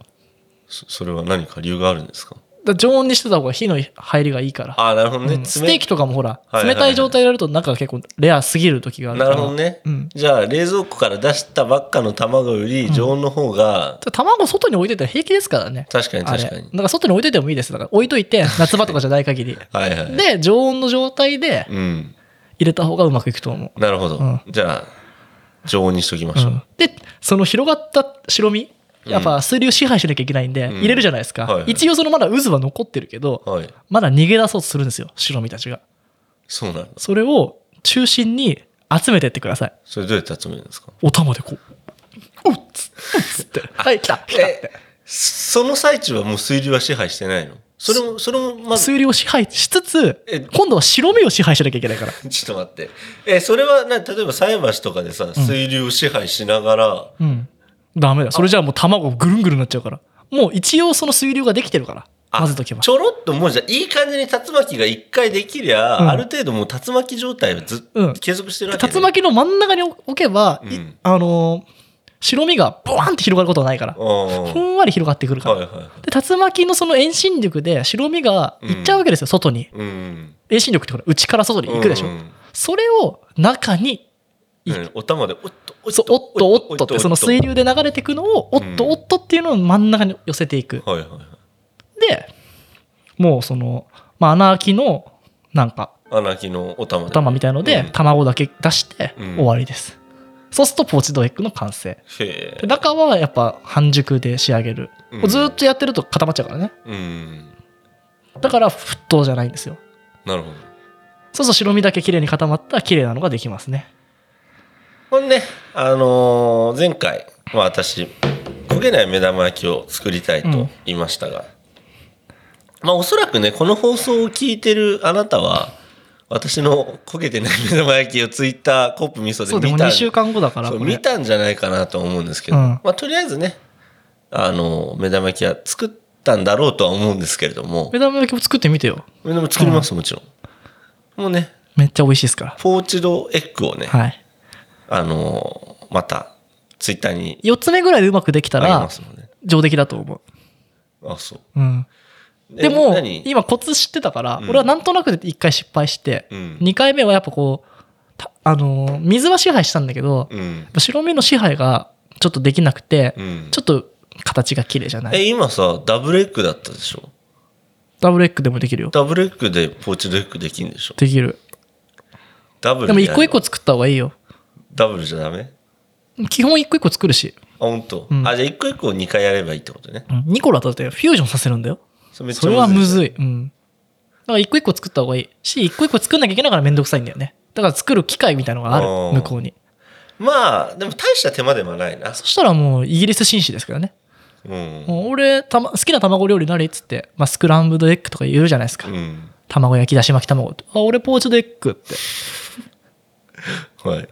Speaker 1: そそれは何か理由があるんですか
Speaker 2: だから常温にしてた方が火の入りがいいから。
Speaker 1: あ、なるほどね。
Speaker 2: うん
Speaker 1: 冷
Speaker 2: ステーキとかもほら、
Speaker 1: いはいはい
Speaker 2: 冷たい状態でやると中が結構レアすぎる時があるか
Speaker 1: な
Speaker 2: ら。
Speaker 1: るほどね。
Speaker 2: うん
Speaker 1: じゃあ、冷蔵庫から出したばっかの卵より、常温の方が、
Speaker 2: 卵外に置いてたら平気ですからね。
Speaker 1: 確かに
Speaker 2: あれ
Speaker 1: 確かに。
Speaker 2: だから外に置いといてもいいです。だから置いとい て、夏場とかじゃない限り。
Speaker 1: はいはい。
Speaker 2: で、常温の状態で
Speaker 1: うん。
Speaker 2: 入れた方がうまくいくと思
Speaker 1: なるほど。
Speaker 2: うん
Speaker 1: じゃあ、常温にしときま
Speaker 2: う。う
Speaker 1: しょう。
Speaker 2: ん、で、その広がった白身、やっぱ水流支配しなきゃいけないんで、
Speaker 1: ん
Speaker 2: 入れるじゃないですか。
Speaker 1: はいはい
Speaker 2: 一応そのまだ渦は残ってるけど、
Speaker 1: はい。
Speaker 2: まだ逃げ出そうとするんですよ、白身たちが。
Speaker 1: そうなんだ。
Speaker 2: それを中心に集めてってください。
Speaker 1: それどうやって集めるんですか
Speaker 2: お玉でこう。うっつ、うっつって。はい、来た、来たって。
Speaker 1: その最中はもう水流は支配してないのそれも、それもまず、
Speaker 2: 水流を支配しつ
Speaker 1: え
Speaker 2: つ、今度は白身を支配しなきゃいけないから。
Speaker 1: ちょっと待って。え、それはな、例えば菜箸とかでさ、水流を支配しながら、
Speaker 2: うん。ダメだ。それじゃあもう卵ぐるんぐるんなっちゃうから。もう一応その水流ができてるから。混ぜとけば
Speaker 1: ちょろっともうじゃあいい感じに竜巻が一回できりゃ、
Speaker 2: うん
Speaker 1: ある程度もう竜巻状態はず、
Speaker 2: うん
Speaker 1: 継続してるわけね
Speaker 2: 竜巻の真ん中に置けば、い
Speaker 1: うん
Speaker 2: あのー白身がボワンって広がることはないから
Speaker 1: うん
Speaker 2: ふんわり広がってくるから、
Speaker 1: はいはいはい
Speaker 2: で竜巻のその遠心力で白身がいっちゃうわけですよ、外に
Speaker 1: うん
Speaker 2: 遠心力ってほら内から外に行くでしょ、
Speaker 1: うん
Speaker 2: それを中にい
Speaker 1: うんお玉でおっとおっ
Speaker 2: そうおっとおっとってその水流で流れていくのをおっと
Speaker 1: うん
Speaker 2: おっとっていうのを真ん中に寄せていく
Speaker 1: はいはいはい
Speaker 2: でもうその、まあ、穴あきのなんか
Speaker 1: 穴あきのお玉で
Speaker 2: 頭みたいの
Speaker 1: う
Speaker 2: で
Speaker 1: ん
Speaker 2: 卵だけ出して
Speaker 1: うん
Speaker 2: 終わりです、そうするとポーチドエッグの完成
Speaker 1: へ
Speaker 2: で中はやっぱ半熟で仕上げる、
Speaker 1: うん
Speaker 2: もうずーっとやってると固まっちゃうからね
Speaker 1: えうん
Speaker 2: だから沸騰じゃないんですよ
Speaker 1: なるほど
Speaker 2: そうすると白身だけ綺麗に固まったら綺麗なのができますね
Speaker 1: ほんであのー前回まあ私焦げない目玉焼きを作りたいと
Speaker 2: うん
Speaker 1: 言いましたが、まあおそらくねこの放送を聞いてるあなたは私の焦げてない目玉焼きをツイッターコップ味噌で
Speaker 2: そうでも
Speaker 1: 見た
Speaker 2: 2週間後だから
Speaker 1: そう
Speaker 2: これ
Speaker 1: 見たんじゃないかなと思うんですけど、
Speaker 2: うん
Speaker 1: まあ、とりあえずねあの目玉焼きは作ったんだろうとは思うんですけれども
Speaker 2: 目玉焼きも作ってみてよ
Speaker 1: 目玉作りますもちろんもうね
Speaker 2: めっちゃ美味しいですから
Speaker 1: ポーチドエッグをね、
Speaker 2: はい
Speaker 1: あのまたツイッターに
Speaker 2: 4つ目ぐらいでうまくできた
Speaker 1: あげ
Speaker 2: ら
Speaker 1: ますので
Speaker 2: 上出来だと思
Speaker 1: あそう
Speaker 2: う、うん、
Speaker 1: え
Speaker 2: でも
Speaker 1: 何
Speaker 2: 今コツ知ってたから、
Speaker 1: うん
Speaker 2: 俺はなんとなくで1回失敗して、
Speaker 1: うん
Speaker 2: 2回目はやっぱこうたあのー水は支配したんだけど、
Speaker 1: うん
Speaker 2: 白身の支配がちょっとできなくて、
Speaker 1: うん
Speaker 2: ちょっと形が綺麗じゃない
Speaker 1: え今さダブルエッグだったでしょ
Speaker 2: ダブルエッグでもできるよ
Speaker 1: ダブルエッグでポーチドエッグできんでしょ
Speaker 2: できる
Speaker 1: ダブル
Speaker 2: でも一個一個
Speaker 1: やる
Speaker 2: 作った方がいいよ
Speaker 1: ダブルじゃダメ
Speaker 2: 基本一個一個作るし、
Speaker 1: あ本当、
Speaker 2: うん
Speaker 1: あじゃあ一個一個2回やればいいってことね
Speaker 2: うん、ニコラだってフュージョンさせるんだよ
Speaker 1: それめっちゃ
Speaker 2: それはむ
Speaker 1: い
Speaker 2: ずい。うん。だから一個一個作った方がいいし、一個一個作んなきゃいけないからめんどくさいんだよね。だから作る機会みたいのがある
Speaker 1: あー、
Speaker 2: 向こうに。
Speaker 1: まあでも大した手間ではないな
Speaker 2: そしたらもうイギリス紳士ですからね。
Speaker 1: うん
Speaker 2: もう俺た、ま、好きな卵料理なりっつって、まあ、スクランブルドエッグとか言うじゃないですか。
Speaker 1: うん
Speaker 2: 卵焼きだし巻き卵って。あ、俺ポーチドエッグって。
Speaker 1: はい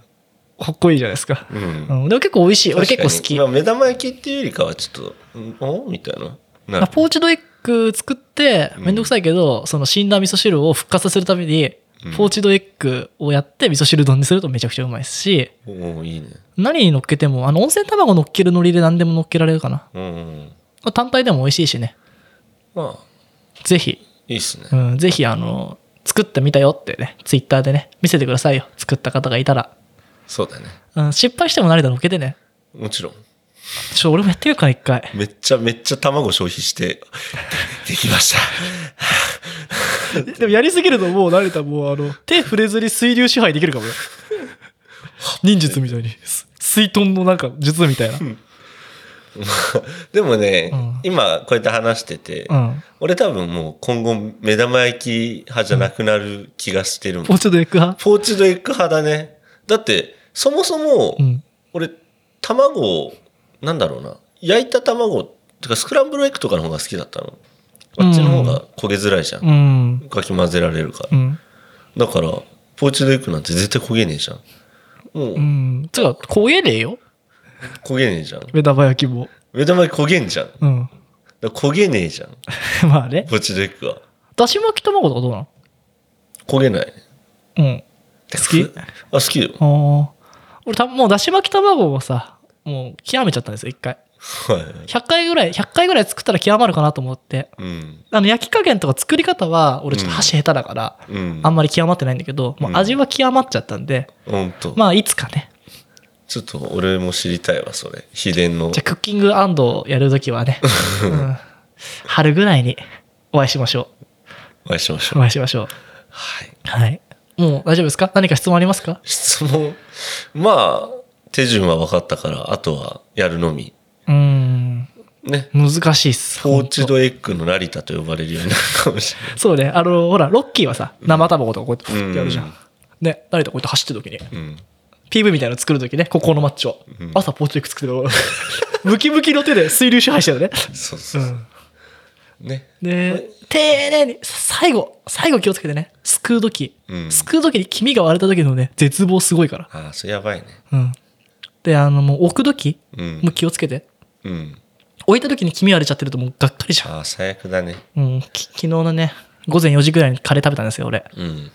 Speaker 2: かっこいいじゃないですか。
Speaker 1: うん
Speaker 2: うん、でも結構美味しい。俺結構好
Speaker 1: 確
Speaker 2: き
Speaker 1: か。にまあ、目玉焼きっていうよりかはちょっとんおみたいななる
Speaker 2: まあポーチドエッグ作って
Speaker 1: うん
Speaker 2: めんどくさいけど、その死んだ味噌汁を復活させるために、
Speaker 1: うん
Speaker 2: ポーチドエッグをやって味噌汁丼にするとめちゃくちゃうまいですし、
Speaker 1: おおいいね
Speaker 2: 何に乗っけてもあの温泉卵乗っける海苔で何でも乗っけられるかな
Speaker 1: うん
Speaker 2: 単体でも美味しいしね
Speaker 1: まあ
Speaker 2: ぜひ、
Speaker 1: いいっすね
Speaker 2: うん、ぜひあの作ってみたよってねツイッターでね見せてくださいよ作った方がいたら、
Speaker 1: そうだね
Speaker 2: うん、失敗しても慣れたら乗っけてね
Speaker 1: もちろん
Speaker 2: ちょ俺もやってみるから一回
Speaker 1: めっちゃめっちゃ卵消費して できました
Speaker 2: でもやりすぎるともう慣れたもうあの手触れずに水流支配できるかもよ 忍術みたいにす水遁のなんか術みたいな
Speaker 1: でもね、
Speaker 2: うん
Speaker 1: 今こうやって話してて、
Speaker 2: うん
Speaker 1: 俺多分もう今後目玉焼き派じゃなくなる気がしてるもん、
Speaker 2: もうちょっとエッグ派
Speaker 1: ポーチドエッグ派だねだってそもそも、
Speaker 2: うん
Speaker 1: 俺卵をなんだろうな焼いた卵てかスクランブルエッグとかの方が好きだったのあっちの方が焦げづらいじゃん、
Speaker 2: うん
Speaker 1: かき混ぜられるから
Speaker 2: うん
Speaker 1: だからポーチドエッグなんて絶対焦げねえじゃんもう
Speaker 2: うんつうか焦げねえよ
Speaker 1: 焦げねえじゃん
Speaker 2: 目玉焼きも
Speaker 1: 目玉焼き焦げんじゃんだか
Speaker 2: うん
Speaker 1: ら焦げねえじゃん
Speaker 2: まあね
Speaker 1: ポーチドエッグは
Speaker 2: だし巻き卵とかどうなの
Speaker 1: 焦げない
Speaker 2: うん。
Speaker 1: 好
Speaker 2: き
Speaker 1: あ好きだよ
Speaker 2: ああ。俺た、もうだし巻き卵をさ、もう極めちゃったんですよ、一回。
Speaker 1: はい
Speaker 2: 100回ぐらい、100回ぐらい作ったら極まるかなと思って。
Speaker 1: うん
Speaker 2: あの、焼き加減とか作り方は、俺ちょっと箸下手だから、
Speaker 1: うん
Speaker 2: あんまり極まってないんだけど、もう
Speaker 1: うん
Speaker 2: 味は極まっちゃったんで、
Speaker 1: ほんと、
Speaker 2: まあ、いつかね。
Speaker 1: ちょっと俺も知りたいわそれ秘伝の
Speaker 2: じゃあクッキングやるときはね、うん春ぐらいにお会いしましょ
Speaker 1: お会いしまし
Speaker 2: う。
Speaker 1: ょ
Speaker 2: お
Speaker 1: う
Speaker 2: 会いしましょう。
Speaker 1: はい
Speaker 2: はい。もう大丈夫ですか何か質問ありますか
Speaker 1: 質問まあ手順は分かったからあとはやるのみ
Speaker 2: うーん。
Speaker 1: ね
Speaker 2: 難しいっす。
Speaker 1: ポーチドエッグの成田と呼ばれるようになるかもし
Speaker 2: そうね、あの、ほら、ロッキーはさ、生卵とかこうやってふってやるじゃ
Speaker 1: うん
Speaker 2: ん。ね、誰とこうやって走ってる時
Speaker 1: れ
Speaker 2: に、
Speaker 1: ない、うん、
Speaker 2: PV みたいなの作る時ね、ここのマッチョ
Speaker 1: うん。
Speaker 2: 朝ポーチエッグ作ってる。ムキムキの手で水流支配してるね。
Speaker 1: そうそうう、
Speaker 2: ん。
Speaker 1: ね
Speaker 2: で、丁寧に、最後、最後気をつけてね、すくう時
Speaker 1: うん。
Speaker 2: すくう時に黄身が割れた時のね、絶望すごいから。
Speaker 1: ああそれやばいね
Speaker 2: うん。で、あの、もう置く時
Speaker 1: うん
Speaker 2: も気をつけて。
Speaker 1: うん
Speaker 2: 置いた時に黄身割れちゃってるともうがっかりじゃん。
Speaker 1: ああ、最悪だね。
Speaker 2: うん、き昨日のね、午前4時ぐらいにカレー食べたんですよ、俺。
Speaker 1: うん。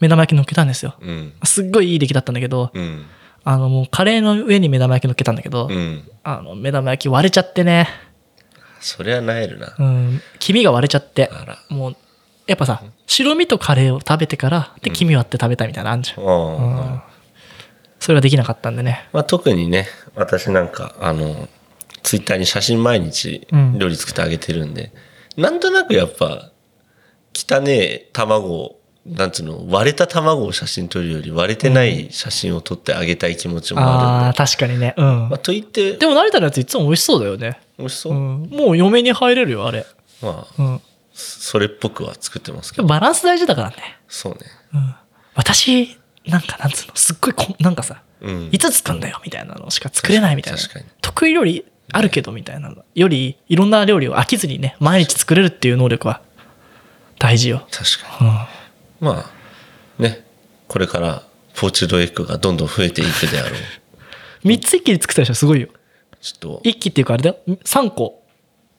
Speaker 2: 目玉焼き乗っけたんですよ。
Speaker 1: うん。
Speaker 2: すっごいいい出来だったんだけど、
Speaker 1: うん。
Speaker 2: あのもうカレーの上に目玉焼き乗っけたんだけど、
Speaker 1: うん。
Speaker 2: あの目玉焼き割れちゃってね、
Speaker 1: そりゃなえるな。
Speaker 2: うん、黄身が割れちゃって、
Speaker 1: あら。
Speaker 2: もう、やっぱさ、白身とカレーを食べてから、で、黄身割って食べたいみたいなのあんじゃん。
Speaker 1: うん。
Speaker 2: うんそれができなかったんでね。
Speaker 1: まあ、特にね、私なんか、あの、ツイッターに写真毎日
Speaker 2: うん
Speaker 1: 料理作ってあげてるんで、なんとなくやっぱ、汚ねえ卵を、なんつうの、割れた卵を写真撮るより割れてない写真を撮ってあげたい気持ちもあるん
Speaker 2: あ
Speaker 1: で。
Speaker 2: あー、確かにね。うん
Speaker 1: まあ、。と言って
Speaker 2: で、も慣れたやついつも美味しそうだよね。
Speaker 1: 美味しそうう。
Speaker 2: ん。もう嫁に入れるよ、あれ。
Speaker 1: まあ、
Speaker 2: うん。
Speaker 1: それっぽくは作ってますけ
Speaker 2: で
Speaker 1: ど。
Speaker 2: もバランス大事だからね。
Speaker 1: そうね。
Speaker 2: うん。私、なんかなんつうの、すっごいこ、なんかさ、
Speaker 1: うん
Speaker 2: い。つ作んだよみたいなのしか作れないみたいな
Speaker 1: 確かに。
Speaker 2: 得意料理あるけどみたいなの。より、いろんな料理を飽きずにね、毎日作れるっていう能力は大事よ。
Speaker 1: 確かに。
Speaker 2: うん。
Speaker 1: まあ、ね、これから、ポーチドエッグがどんどん増えていくであろう。
Speaker 2: 3つ一気に作ったでしょ、すごいよ。
Speaker 1: ちょっと、
Speaker 2: 一気っていうかあれだよ。3個。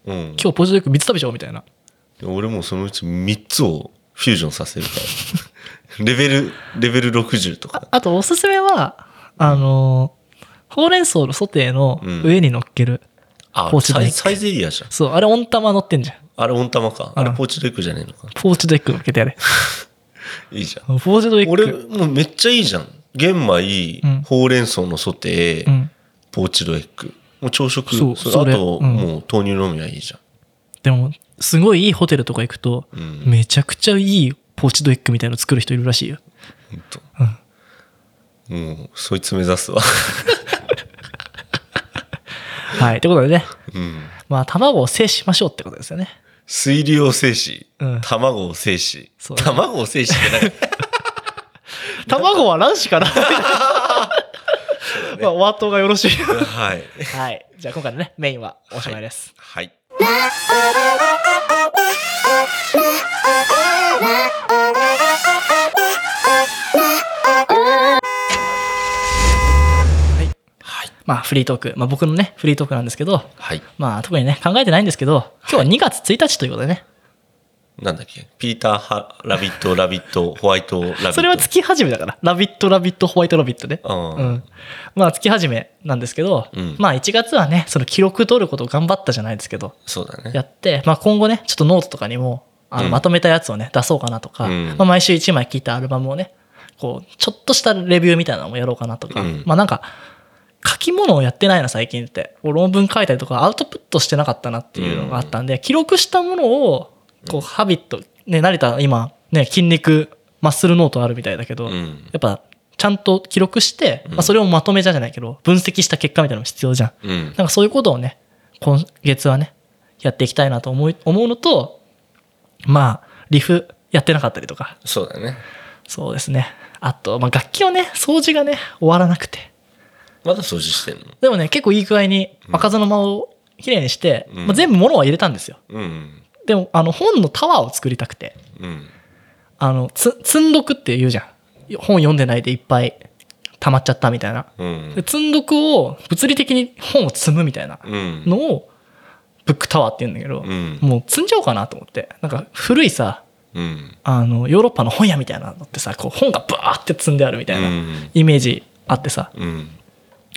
Speaker 1: うん。
Speaker 2: 今日ポジティブ3つ食べちゃおうみたいな。
Speaker 1: 俺もうそのうち3つをフュージョンさせるから。レベル、レベル60とか。
Speaker 2: あとおすすめは、あのーほうれん草のソテーの上に乗っける。
Speaker 1: あ
Speaker 2: ポーチドエッ
Speaker 1: サ
Speaker 2: グ
Speaker 1: イサイゼリアじゃん。
Speaker 2: そう、あれ温玉乗ってんじゃん。
Speaker 1: あれ温玉か。あれ
Speaker 2: うん
Speaker 1: ポーチドエッグじゃねえのか。
Speaker 2: ポーチドエッグ乗っけてや れ。
Speaker 1: いいじゃん。
Speaker 2: ポーチドエッグ。
Speaker 1: 俺、もうめっちゃいいじゃん。玄米
Speaker 2: うん、
Speaker 1: ほうれん草のソテ
Speaker 2: う
Speaker 1: ー、
Speaker 2: ん。
Speaker 1: ポーチドエッグ。もう朝食、
Speaker 2: そう
Speaker 1: それ
Speaker 2: それ
Speaker 1: あと、
Speaker 2: うん
Speaker 1: もう豆乳飲みはいいじゃん。
Speaker 2: でも、すごいいいホテルとか行くと、
Speaker 1: うん
Speaker 2: めちゃくちゃいいポーチドエッグみたいの作る人いるらしいよ。
Speaker 1: ほんと。もう、そいつ目指すわ。
Speaker 2: はい。ってことでね、
Speaker 1: うん。
Speaker 2: まあ、卵を制しましょうってことですよね。
Speaker 1: 水流を制し、
Speaker 2: うん
Speaker 1: 卵を制し、
Speaker 2: そうだね
Speaker 1: 卵を制しってなんか、
Speaker 2: 卵は卵子 かな。まあ、和当がよろし い。
Speaker 1: はい。
Speaker 2: はい。じゃあ、今回のね、メインはおしまいです。
Speaker 1: はい。はい。
Speaker 2: まあ、フリートーク。まあ、僕のね、フリートークなんですけど、
Speaker 1: はい。
Speaker 2: まあ、特にね、考えてないんですけど、今日は2月1日ということでね、
Speaker 1: なんだっけピーターハ・ラビット、ラビット、ホワイト・ラビット。
Speaker 2: それは月始めだから、ラビット、ラビット、ホワイトラビットね。
Speaker 1: うん
Speaker 2: うん。まあ、月始めなんですけど、
Speaker 1: うん
Speaker 2: まあ、1月はね、その記録取ることを頑張ったじゃないですけど、
Speaker 1: そうだね。
Speaker 2: やって、まあ、今後ね、ちょっとノートとかにも、あ
Speaker 1: う
Speaker 2: の
Speaker 1: ん
Speaker 2: まとめたやつをね、出そうかなとか、
Speaker 1: うん
Speaker 2: まあ、毎週1枚聴いたアルバムをね、こう、ちょっとしたレビューみたいなのもやろうかなとか、
Speaker 1: うん
Speaker 2: まあ、なんか、書き物をやってないな、最近って。こう論文書いたりとか、アウトプットしてなかったなっていうのがあったんで、記録したものを、こう、ハビット、ね、成田、今、ね、筋肉、マッスルノートあるみたいだけど、
Speaker 1: う
Speaker 2: や
Speaker 1: ん。
Speaker 2: っぱ、ちゃんと記録して、まあ、それをまとめたじゃないけど、分析した結果みたいなのも必要じゃん。
Speaker 1: うん。
Speaker 2: なんかそういうことをね、今月はね、やっていきたいなと思い、思うのと、まあ、リフやってなかったりとか、
Speaker 1: そうだね。
Speaker 2: そうですね。あと、まあ楽器をね、掃除がね、終わらなくて。
Speaker 1: まだ掃除してんの
Speaker 2: でもね、結構いい具合に若造の間をきれいにして、
Speaker 1: うん
Speaker 2: まあ、全部物は入れたんですよ。
Speaker 1: うん。
Speaker 2: でも、あの、本のタワーを作りたくて、
Speaker 1: うん。
Speaker 2: あの、つ、積んどくって言うじゃん。本読んでないでいっぱい溜まっちゃったみたいな。
Speaker 1: うん
Speaker 2: で。積んどくを物理的に本を積むみたいな
Speaker 1: うん。
Speaker 2: のを、ブックタワーって言うんだけど、
Speaker 1: うん。
Speaker 2: もう積んじゃおうかなと思ってなんか古いさ
Speaker 1: うん。
Speaker 2: あのヨーロッパの本屋みたいなのってさこう本がバーって積んであるみたいなイメージあってさ
Speaker 1: うん。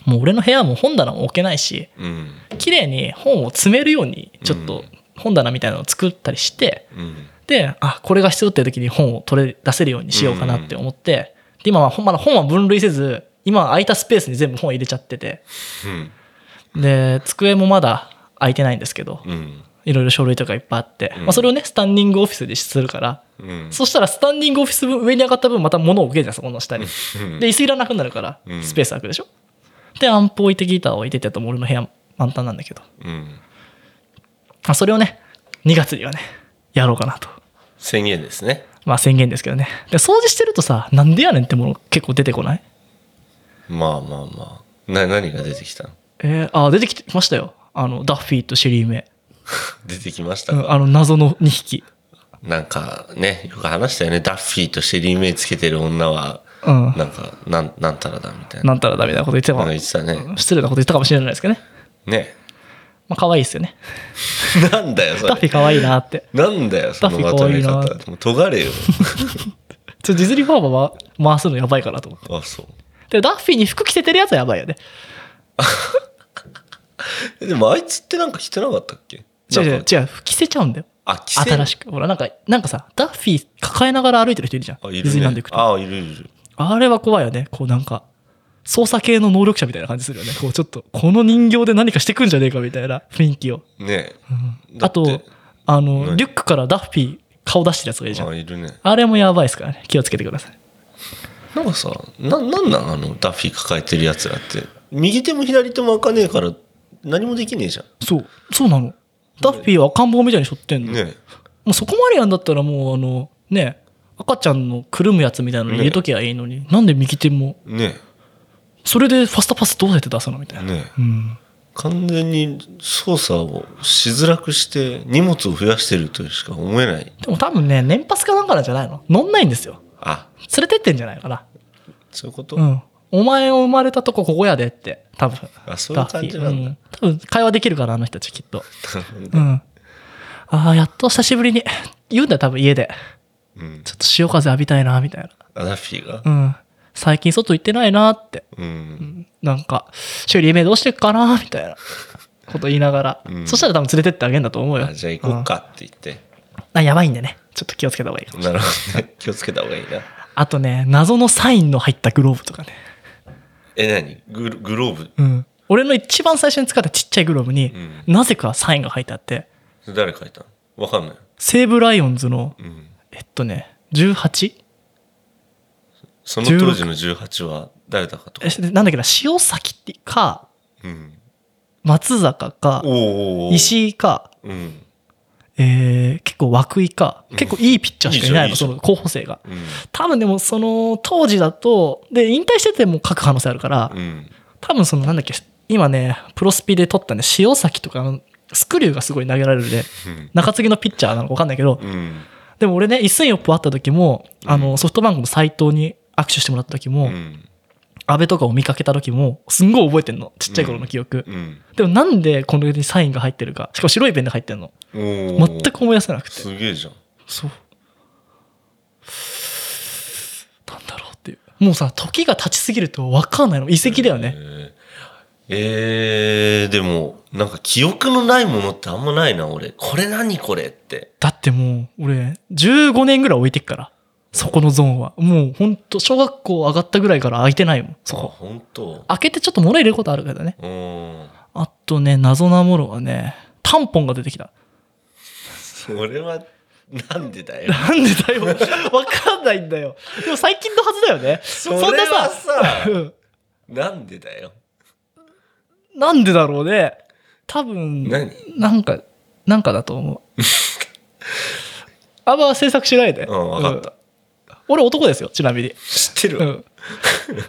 Speaker 2: もう俺の部屋も本棚も置けないし
Speaker 1: うん。
Speaker 2: 綺麗に本を詰めるようにちょっ
Speaker 1: う
Speaker 2: と
Speaker 1: ん
Speaker 2: 本棚みたいなのを作ったりして
Speaker 1: うん。
Speaker 2: であこれが必要って時に本を取り出せるようにしようかなって思ってで今はほんまだ本は分類せず今は空いたスペースに全部本入れちゃってて
Speaker 1: うん。
Speaker 2: で机もまだ空いてないんですけど
Speaker 1: うん。
Speaker 2: いろいろ書類とかいっぱいあって、
Speaker 1: うん
Speaker 2: まあ、それをねスタンディングオフィスでするから
Speaker 1: うん。
Speaker 2: そしたらスタンディングオフィス分上に上がった分また物を置けるじゃんそこの下に。
Speaker 1: うん
Speaker 2: で椅子いらなくなるから
Speaker 1: うん
Speaker 2: スペース空くでしょ。でアンプ置いてギター置いてってやったらもう俺の部屋満タンなんだけど、
Speaker 1: うん。
Speaker 2: まあ、それをね2月にはねやろうかなと。
Speaker 1: 宣言ですね。
Speaker 2: まあ宣言ですけどね。で掃除してるとさなんでやねんってもの結構出てこない
Speaker 1: まあまあまあ。な、何が出てきたの
Speaker 2: えー、あ出てきてましたよ。あのダッフィーとシェリーメ
Speaker 1: 出てきました
Speaker 2: イ、う
Speaker 1: か、
Speaker 2: んあの謎の2匹。
Speaker 1: なんかね、よく話したよね。ダッフィーとシェリーメイつけてる女は、
Speaker 2: うん、
Speaker 1: なんか、なん、なんたらだみたいな。
Speaker 2: なんたらダメなこと言ってた
Speaker 1: な
Speaker 2: か
Speaker 1: んか
Speaker 2: も
Speaker 1: 言ってたね。
Speaker 2: 失礼なこと言ったかもしれないですけどね。
Speaker 1: ね。
Speaker 2: まあ、可愛いですよね。
Speaker 1: なんだよ、そ
Speaker 2: ダッフィ
Speaker 1: れ。
Speaker 2: ー可愛いなって。
Speaker 1: なんだよ、その
Speaker 2: ダ
Speaker 1: ま
Speaker 2: ッ
Speaker 1: と
Speaker 2: フィー可愛
Speaker 1: め
Speaker 2: いな
Speaker 1: 方。もう尖れよ。
Speaker 2: ちょディズニーファーマーは回すのやばいかなと思って。
Speaker 1: あ、そう。
Speaker 2: で、ダッフィーに服着せてるやつはやばいよね。
Speaker 1: えでもあいつってなんか着てなかったっけ
Speaker 2: 違う違
Speaker 1: なん
Speaker 2: う
Speaker 1: か
Speaker 2: 違う、着せちゃうんだよ。
Speaker 1: あ、着せ
Speaker 2: 新しく。ほら、なんか、なんかさ、ダッフィー抱えながら歩いてる人いるじゃん。
Speaker 1: あ、
Speaker 2: デ
Speaker 1: い
Speaker 2: ィズニー
Speaker 1: る
Speaker 2: ランド
Speaker 1: ね
Speaker 2: 行く。と。あ
Speaker 1: あ、いるいる。
Speaker 2: れは怖いよね。こうなんか、操作系の能力者みたいな感じするよね。こうちょっと、この人形で何かしてくんじゃねえかみたいな雰囲気を。
Speaker 1: ね
Speaker 2: うん
Speaker 1: だ
Speaker 2: あ
Speaker 1: って
Speaker 2: と、あの、
Speaker 1: 何
Speaker 2: リュックからダッフィー顔出してるやつがいるじゃん。
Speaker 1: あ、いるね。
Speaker 2: あれもやばいですからね。気をつけてください。
Speaker 1: なんかさ、な、なんなんあの、ダッフィー抱えてるやつらって。右手も左手も開かねえから、何もできねえじゃ
Speaker 2: そう、そうなの。ダッフィーは赤ん坊みたいに背負ってん
Speaker 1: ん。
Speaker 2: の。
Speaker 1: ね
Speaker 2: もうそこまでやんだったらもうあの、ね、赤ちゃんのくるむやつみたいなの入れときゃいいのに、なんで右手も、
Speaker 1: え。ね
Speaker 2: それでファスタパスどうやって出すのみたい
Speaker 1: え。
Speaker 2: な。
Speaker 1: ねえ。
Speaker 2: うん。
Speaker 1: 完全に操作をしづらくして、荷物を増やしてるとしか思えない。
Speaker 2: でも多分ね、年パスかなんかなんじゃないの乗んないんですよ。
Speaker 1: あ、
Speaker 2: 連れてってんじゃないかな。
Speaker 1: そういうこと、
Speaker 2: うん。お前を生まれたとこここやでって、多分。
Speaker 1: あ、そういう感じなんだ。
Speaker 2: ダッフィーうん多分会話できるから、あの人たちきっ と。
Speaker 1: なるほどね
Speaker 2: うん。ああ、やっと久しぶりに、言うんだよ多分家で。
Speaker 1: うん
Speaker 2: ちょっと潮風浴びたいな、みたいな。
Speaker 1: アダフィーが
Speaker 2: う。ん。最近外行ってないなって。
Speaker 1: うん。
Speaker 2: なんか、修理名どうしてっかなみたいなこと言いながら。
Speaker 1: うん
Speaker 2: そしたら多分連れてってあげんだと思うよ。
Speaker 1: あ、じゃあ行こうかって言って。
Speaker 2: うん。あ、やばいんでね。ちょっと気をつけた方がいいかも。
Speaker 1: なるほど ね。気をつけた方がいいな。
Speaker 2: あとね、謎のサインの入ったグローブとかね。
Speaker 1: え、何グログロー
Speaker 2: うん。俺の一番最初に使ったちっちゃいグローブに、
Speaker 1: う
Speaker 2: なぜかサインが入ってあって、
Speaker 1: ブ誰書いたのわかんない。
Speaker 2: 西武ライオンズの、
Speaker 1: うん。
Speaker 2: えっとね、18?
Speaker 1: その当時の18は誰だかとか
Speaker 2: え。なんだっけな、塩崎ってか、
Speaker 1: うん。
Speaker 2: 松坂か、
Speaker 1: おー
Speaker 2: 石井か、
Speaker 1: うん。
Speaker 2: えー、結構涌井か、
Speaker 1: ん
Speaker 2: 結構いいピッチャーしかいな
Speaker 1: い
Speaker 2: いの、
Speaker 1: いじ
Speaker 2: そ
Speaker 1: ゃんいい
Speaker 2: の候補生が。
Speaker 1: うん。
Speaker 2: 多分でもその当時だと、で、引退してても書く可能性あるから、
Speaker 1: うん。
Speaker 2: 多分そのなんだっけ、今ね、プロスピで取ったね、塩崎とかのスクリューがすごい投げられるで、
Speaker 1: うん
Speaker 2: 中継ぎのピッチャーなのか分かんないけど、
Speaker 1: うん。
Speaker 2: でも俺ね、一戦よっぽ会った時も、あの、ソフトバンクの斎藤に握手してもらった時も、
Speaker 1: うん。
Speaker 2: 安倍とかを見かけた時も、すんごい覚えてんの。ちっちゃい頃の記憶。
Speaker 1: うん。
Speaker 2: でもなんでこの上にサインが入ってるか。しかも白いペンで入ってんの。
Speaker 1: おー
Speaker 2: 全く思い出せなくて。
Speaker 1: すげえじゃん。
Speaker 2: そう。なんだろうっていう。もうさ、時が経ちすぎると分かんないの。遺跡だよね。
Speaker 1: えー、えーでも、なんか記憶のないものってあんまないな、俺。これ何これって。
Speaker 2: だってもう、俺、15年ぐらい置いてっから。そこのゾーンは。もうほんと、小学校上がったぐらいから開いてないもん。
Speaker 1: あ、
Speaker 2: そこ。
Speaker 1: 本当。
Speaker 2: 開けてちょっと物入れることあるけどね。
Speaker 1: うん。
Speaker 2: あとね、謎なものはね、タンポンが出てきた。
Speaker 1: それは、なんでだよ。
Speaker 2: なんで だよ。わかんないんだよ。でも最近のはずだよね。
Speaker 1: それは
Speaker 2: そんな
Speaker 1: さ
Speaker 2: さ、、 うん
Speaker 1: なんでだよ。
Speaker 2: なんでだろうね。多分、
Speaker 1: 何
Speaker 2: なんか、なんかだと 思う。あんま制作しないで。
Speaker 1: うんわかった
Speaker 2: うん俺男ですよ、ちなみに。
Speaker 1: 知ってる
Speaker 2: う
Speaker 1: わ。
Speaker 2: ん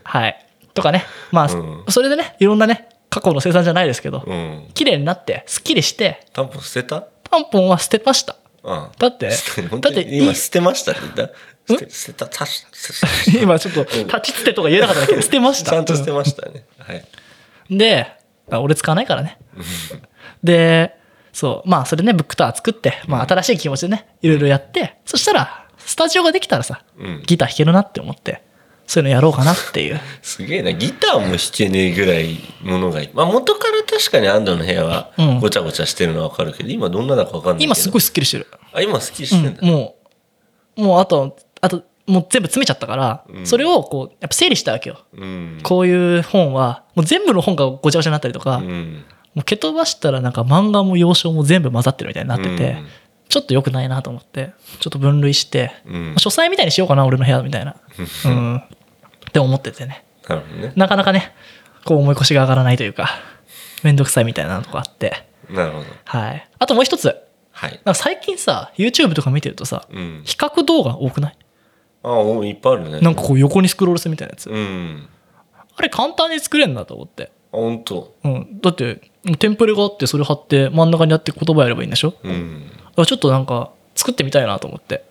Speaker 2: はい。とかね。まあ、
Speaker 1: うん
Speaker 2: それでね、いろんなね、過去の生産じゃないですけど、
Speaker 1: うん。
Speaker 2: 綺麗になって、スッキリして、
Speaker 1: タンポン捨てた
Speaker 2: タンポンは捨てました。
Speaker 1: うん。
Speaker 2: だって、
Speaker 1: 本
Speaker 2: だ
Speaker 1: 当
Speaker 2: って
Speaker 1: に今
Speaker 2: い、
Speaker 1: 捨てましたって言った捨て捨てた、たし、捨て
Speaker 2: 今ちょっと、立ちつてとか言えなかっただけど、捨てました。
Speaker 1: ちゃんと捨てましたね。はい。
Speaker 2: で、あ俺使わないからね。で、そう、まあそれね、ブックタワー作って、まあ新しい気持ちでね、いろいろやって、そしたら、スタジオができたらさ、
Speaker 1: うん
Speaker 2: ギター弾けるなって思って、そういうのやろうかなっていう。
Speaker 1: すげえな。ギターも弾けねえぐらいものがいい。まあ元から確かに安藤の部屋は
Speaker 2: うん
Speaker 1: ごちゃごちゃしてるのはわかるけど、今どんなだかわかんないけど。
Speaker 2: 今すごい
Speaker 1: い。
Speaker 2: スッキリしてる。
Speaker 1: あ、今好きしてんだ。
Speaker 2: うんもう、もうあと、あと、もう全部詰めちゃったから、
Speaker 1: うん
Speaker 2: それをこう、やっぱ整理したわけよ。
Speaker 1: うん。
Speaker 2: こういう本は、もう全部の本がごちゃごちゃになったりとか、
Speaker 1: う
Speaker 2: も
Speaker 1: ん。
Speaker 2: う蹴飛ばしたらなんか漫画も洋書も全部混ざってるみたいになってて、
Speaker 1: うん
Speaker 2: ちょっと良くないなと思って、ちょっと分類して、
Speaker 1: うん。
Speaker 2: 書斎みたいにしようかな俺の部屋みたいな、うん、って思っててね
Speaker 1: なるほどね。
Speaker 2: なかなかねこう思い越しが上がらないというかめんどくさいみたいなのとかあって
Speaker 1: なるほど。
Speaker 2: はいあともう一つ
Speaker 1: はい。
Speaker 2: なんか最近さ YouTube とか見てるとさ
Speaker 1: うん。
Speaker 2: 比較動画多くない
Speaker 1: あ、おいっぱいあるね。
Speaker 2: なんかこう横にスクロールするみたいなやつ
Speaker 1: うん。
Speaker 2: あれ簡単に作れんなと思って、
Speaker 1: あ、ほんと。
Speaker 2: うん、だってテンプレがあってそれ貼って真ん中にあって言葉やればいいんでしょ
Speaker 1: うん。
Speaker 2: だからちょっとなんか作ってみたいなと思って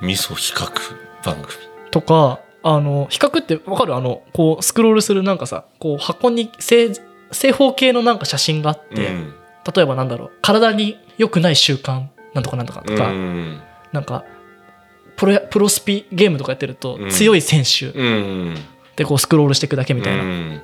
Speaker 1: 味噌比較番組。
Speaker 2: とかあの比較ってわかるあのこうスクロールするなんかさこう箱に正正方形のなんか写真があって、
Speaker 1: うん
Speaker 2: 例えばなんだろう体に良くない習慣なんとかなんとかとか、
Speaker 1: うん
Speaker 2: なんかプロプロスピゲームとかやってると、
Speaker 1: うん
Speaker 2: 強い選手
Speaker 1: うん
Speaker 2: でこうスクロールしていくだけみたいな、
Speaker 1: うん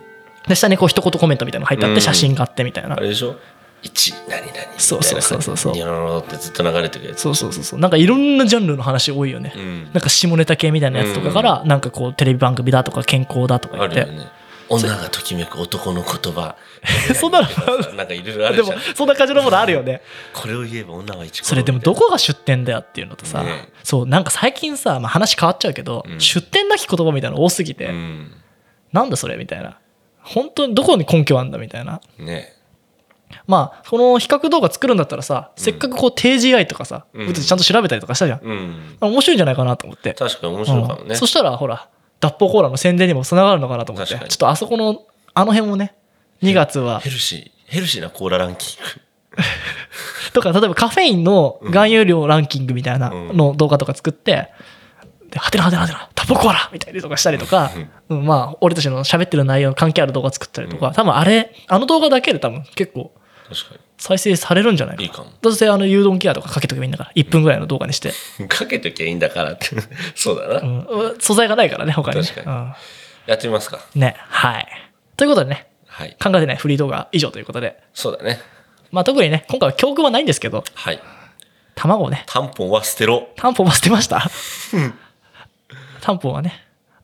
Speaker 2: で下にこう一言コメントみたいなのが入ってあっ
Speaker 1: う
Speaker 2: て
Speaker 1: ん
Speaker 2: 写真があってみたいな、
Speaker 1: あれでしょ一何々
Speaker 2: そうそうそうそうそう
Speaker 1: ニョロロロってずっと流れてるやつ
Speaker 2: そうそうそうそうなんかいろんなジャンルの話多いよね、
Speaker 1: うん
Speaker 2: なんか下ネタ系みたいなやつとかから、なんかこうテレビ番組だとか健康だとか
Speaker 1: あ
Speaker 2: 言っ
Speaker 1: るよ
Speaker 2: て、
Speaker 1: ね女がときめく男の言葉
Speaker 2: そんなの
Speaker 1: なんかいろいろあ
Speaker 2: で
Speaker 1: るじ
Speaker 2: も
Speaker 1: ゃん
Speaker 2: そんな感じのものあるよね
Speaker 1: これを言えば女は一
Speaker 2: それでもどこが出典だよっていうのとさ、
Speaker 1: ね
Speaker 2: そうなんか最近さ、まあ、話変わっちゃうけど、
Speaker 1: うん
Speaker 2: 出典なき言葉みたいなの多すぎて、
Speaker 1: でうん
Speaker 2: なんだそれみたいな本当にどこに根拠あんだみたいな
Speaker 1: ね
Speaker 2: まあこの比較動画作るんだったらさ、せっかくこう定時愛とかさ、
Speaker 1: うん
Speaker 2: うちゃんと調べたりとかしたじゃん、
Speaker 1: うん
Speaker 2: 面白いんじゃないかなと思って
Speaker 1: 確かに面白いかも
Speaker 2: う
Speaker 1: ね
Speaker 2: んそしたらほら脱法コーラの宣伝にもつながるのかなと思ってちょ
Speaker 1: 確か
Speaker 2: っ
Speaker 1: に
Speaker 2: とあそこのあの辺もね2月は
Speaker 1: ヘルシーヘルシーなコーラランキング
Speaker 2: とか例えばカフェインの含有量ランキングみたいな
Speaker 1: うん
Speaker 2: の動画とか作って「ではてなはてなはてな脱法コーラ!」みたいなとかしたりとか、うんまあ俺たちの喋ってる内容の関係ある動画作ったりとか、多分あれあの動画だけで多分結構
Speaker 1: 確か
Speaker 2: 再生されるんじゃないかな
Speaker 1: い
Speaker 2: い
Speaker 1: かも
Speaker 2: どうせあの誘導ケアとかかけとけばいいんだから1分ぐらいの動画にして、
Speaker 1: にかけときゃいいんだからって そうだ
Speaker 2: う、
Speaker 1: なん
Speaker 2: 素材がないからね他にね
Speaker 1: 確かやってみますか
Speaker 2: うん、ねはいということでね
Speaker 1: はい
Speaker 2: 考えてないフリー動画以上ということで、
Speaker 1: そうだね
Speaker 2: まあ、特にね今回は教訓はないんですけど
Speaker 1: はい
Speaker 2: 卵をね
Speaker 1: タンポンは捨てろ
Speaker 2: タンポンは捨てましたタンポンはね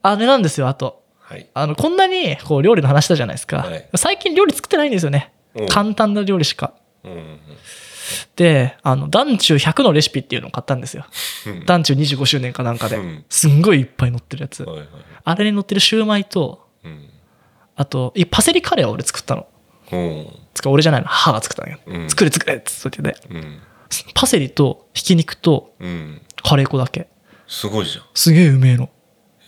Speaker 2: あれなんですよあと
Speaker 1: はい
Speaker 2: あのこんなにこう料理の話したじゃないですか、
Speaker 1: はい
Speaker 2: 最近料理作ってないんですよね
Speaker 1: うん
Speaker 2: 簡単な料理しか
Speaker 1: うんうん
Speaker 2: であの「団中100のレシピ」っていうのを買ったんですよ
Speaker 1: うん
Speaker 2: 団中25周年かなんかで、
Speaker 1: うん
Speaker 2: すんごいいっぱい載ってるやつ、
Speaker 1: はいはい
Speaker 2: あれに載ってるシューマイと
Speaker 1: うん
Speaker 2: あといパセリカレーを俺作ったの
Speaker 1: うん
Speaker 2: つか俺じゃないの母が作ったのよ、
Speaker 1: うん
Speaker 2: 作れ作れっつってて
Speaker 1: うん
Speaker 2: パセリとひき肉と
Speaker 1: うん
Speaker 2: カレー粉だけ
Speaker 1: すごいじゃん
Speaker 2: すげえうめえの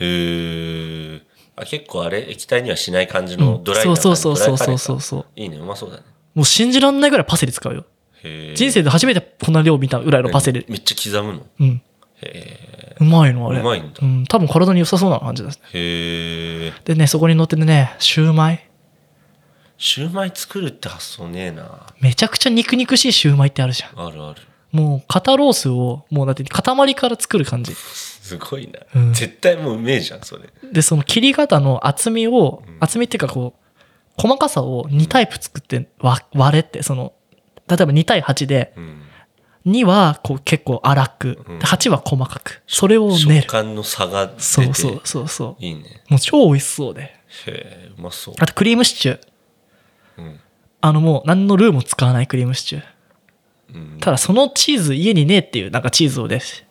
Speaker 1: へえあ結構あれ液体にはしない感じのドライな感
Speaker 2: うん
Speaker 1: じ
Speaker 2: そうそうそ
Speaker 1: ド
Speaker 2: うそう
Speaker 1: ライカ
Speaker 2: そ
Speaker 1: レー
Speaker 2: う
Speaker 1: か
Speaker 2: そう
Speaker 1: いいねうまそうだね
Speaker 2: もう信じらんないぐらいパセリ使うよ
Speaker 1: へー
Speaker 2: 人生で初めてこんな量見たぐらいのパセリ
Speaker 1: めっちゃ刻むの
Speaker 2: うん
Speaker 1: へ
Speaker 2: うまいのあれ
Speaker 1: うまいんだ
Speaker 2: うん、多分体に良さそうな感じです
Speaker 1: えへえ
Speaker 2: でねそこに乗ってねシューマイ
Speaker 1: シューマイ作るって発想ねえな
Speaker 2: めちゃくちゃ肉肉しいシューマイってあるじゃん
Speaker 1: あるある
Speaker 2: もう肩ロースをもうだって塊から作る感じ
Speaker 1: すごいな、
Speaker 2: うん
Speaker 1: 絶対もううめえじゃんそれ
Speaker 2: でその切り方の厚みを、
Speaker 1: うん
Speaker 2: 厚みっていうかこう細かさを2タイプ作って割割れってその例えば2対8で
Speaker 1: うん
Speaker 2: 2はこう結構粗く
Speaker 1: うん
Speaker 2: で8は細かくそれを練
Speaker 1: 食
Speaker 2: る
Speaker 1: 感の差が出て
Speaker 2: そうそうそうそう
Speaker 1: いいね
Speaker 2: もう超美味しそうで
Speaker 1: へえうまそう
Speaker 2: あとクリームシチュー
Speaker 1: うん、
Speaker 2: あのもう何のルーも使わないクリームシチュー
Speaker 1: うん、
Speaker 2: ただそのチーズ家にねえっていうなんかチーズをです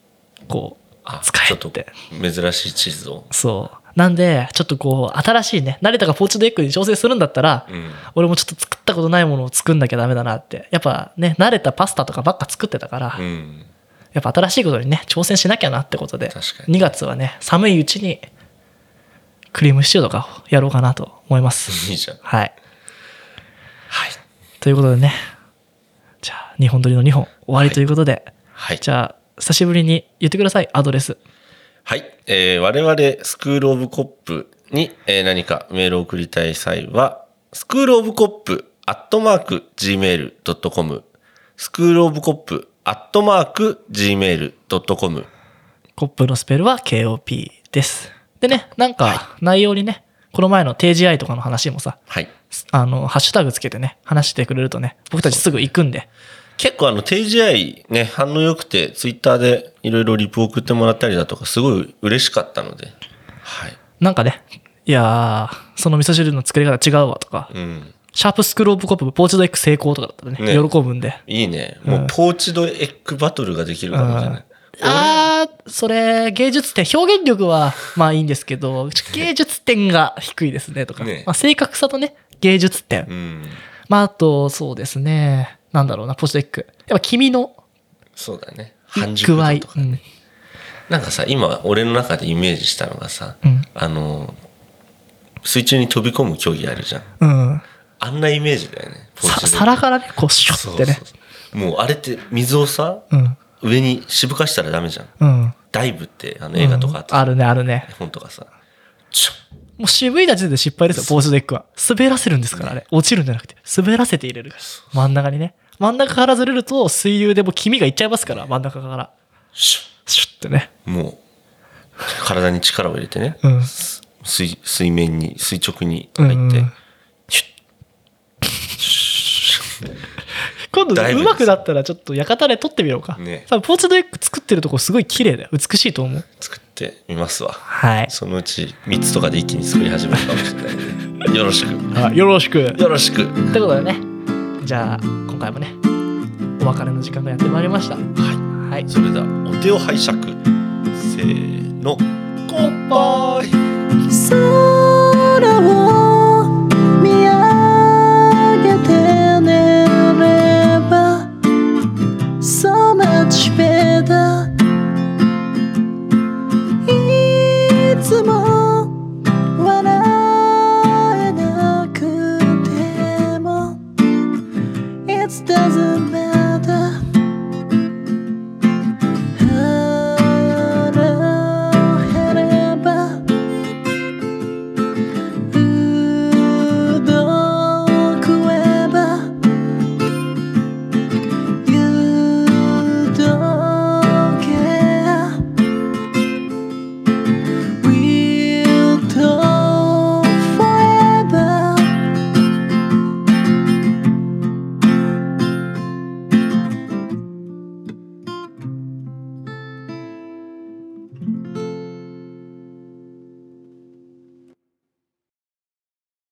Speaker 2: こう
Speaker 1: あ
Speaker 2: 使え
Speaker 1: ちょ
Speaker 2: っ
Speaker 1: っと
Speaker 2: て
Speaker 1: 珍しいチーズを
Speaker 2: そうなんでちょっとこう新しいね成田がポーチドエッグに挑戦するんだったら
Speaker 1: うん
Speaker 2: 俺もちょっと作ったことないものを作んなきゃダメだなってやっぱね慣れたパスタとかばっか作ってたから、
Speaker 1: うん
Speaker 2: やっぱ新しいことにね挑戦しなきゃなってことで
Speaker 1: 確かに
Speaker 2: 2月はね寒いうちにクリームシチューとかをやろうかなと思います
Speaker 1: いいじゃん
Speaker 2: はい
Speaker 1: はい
Speaker 2: ということでねじゃあ2本撮りの2本終わりということで、
Speaker 1: はい
Speaker 2: じゃあ久しぶりに言ってくださいアドレス
Speaker 1: はい、えー我々スクールオブコップに、えー何かメールを送りたい際は、スクールオブコップアットマーク gmail.com、スクールオブコップアットマーク gmail.com、
Speaker 2: コップのスペルは KOP ですでねなんか内容にねこの前の定時愛とかの話もさ
Speaker 1: はい。
Speaker 2: あの、ハッシュタグつけてね、話してくれるとね、僕たちすぐ行くんで、
Speaker 1: 結構あの定時愛ね、反応良くて、ツイッターでいろいろリプ送ってもらったりだとか、すごい嬉しかったので、はい。
Speaker 2: なんかね、いやー、その味噌汁の作り方違うわとか、
Speaker 1: うん。
Speaker 2: シャープスクローブコップ、ポーチドエッグ成功とかだったらね、
Speaker 1: ね
Speaker 2: 喜ぶんで。
Speaker 1: いいね。もうポーチドエッグバトルができるかもしれない。
Speaker 2: あー、それ、芸術点、表現力は、まあいいんです けど、芸術点が低いですねとか、
Speaker 1: ね
Speaker 2: まあ、正確さとね、芸術点。
Speaker 1: うん。
Speaker 2: まああと、そうですね、なんだろうな、ポーチドエッグ。やっぱ君の
Speaker 1: そうだね。半熟
Speaker 2: 具合。
Speaker 1: 度とかね。なんかさ今俺の中でイメージしたのがさ、
Speaker 2: うん
Speaker 1: あの水中に飛び込む競技あるじゃん
Speaker 2: うん。うん
Speaker 1: あんなイメージだよねポー
Speaker 2: さ
Speaker 1: チド
Speaker 2: 皿からね、こう、シュ
Speaker 1: そ
Speaker 2: ッ
Speaker 1: う
Speaker 2: てね。
Speaker 1: そうそうもうあれって水をさ、
Speaker 2: うん。
Speaker 1: 上にしぶかしたらダメじゃん
Speaker 2: うん。
Speaker 1: ダイブってあの映画とかあった
Speaker 2: うんあ
Speaker 1: る
Speaker 2: るね、あるね。
Speaker 1: 本とかさちょ
Speaker 2: もう渋い立ちで失敗ですよ、ポーチドエッグは。滑らせるんですから、あれ。落ちるんじゃなくて、滑らせて入れるから。真ん中にね。真ん中からずれると水流でもう黄身がいっちゃいますから真ん中から
Speaker 1: シ
Speaker 2: シュッてね
Speaker 1: ュッもう、体に力を入れてね、
Speaker 2: うん
Speaker 1: 水、水面に、垂直に入って
Speaker 2: うん、
Speaker 1: シュッシュッ
Speaker 2: 今度
Speaker 1: だいぶ
Speaker 2: うまくなったらちょっと館で撮ってみようか、
Speaker 1: ね
Speaker 2: 多分ポーチドエッグ作ってるとこすごい綺麗だよ美しいと思う
Speaker 1: 作ってみますわ。
Speaker 2: はい
Speaker 1: そのうち3つとかで一気に作り始めるかもしれないんで。よろしく。
Speaker 2: あよろしく
Speaker 1: よろしく。
Speaker 2: ってことでねじゃあ今回もねお別れの時間がやってまいりましたはい
Speaker 1: それではお手を拝借。せーの。乾杯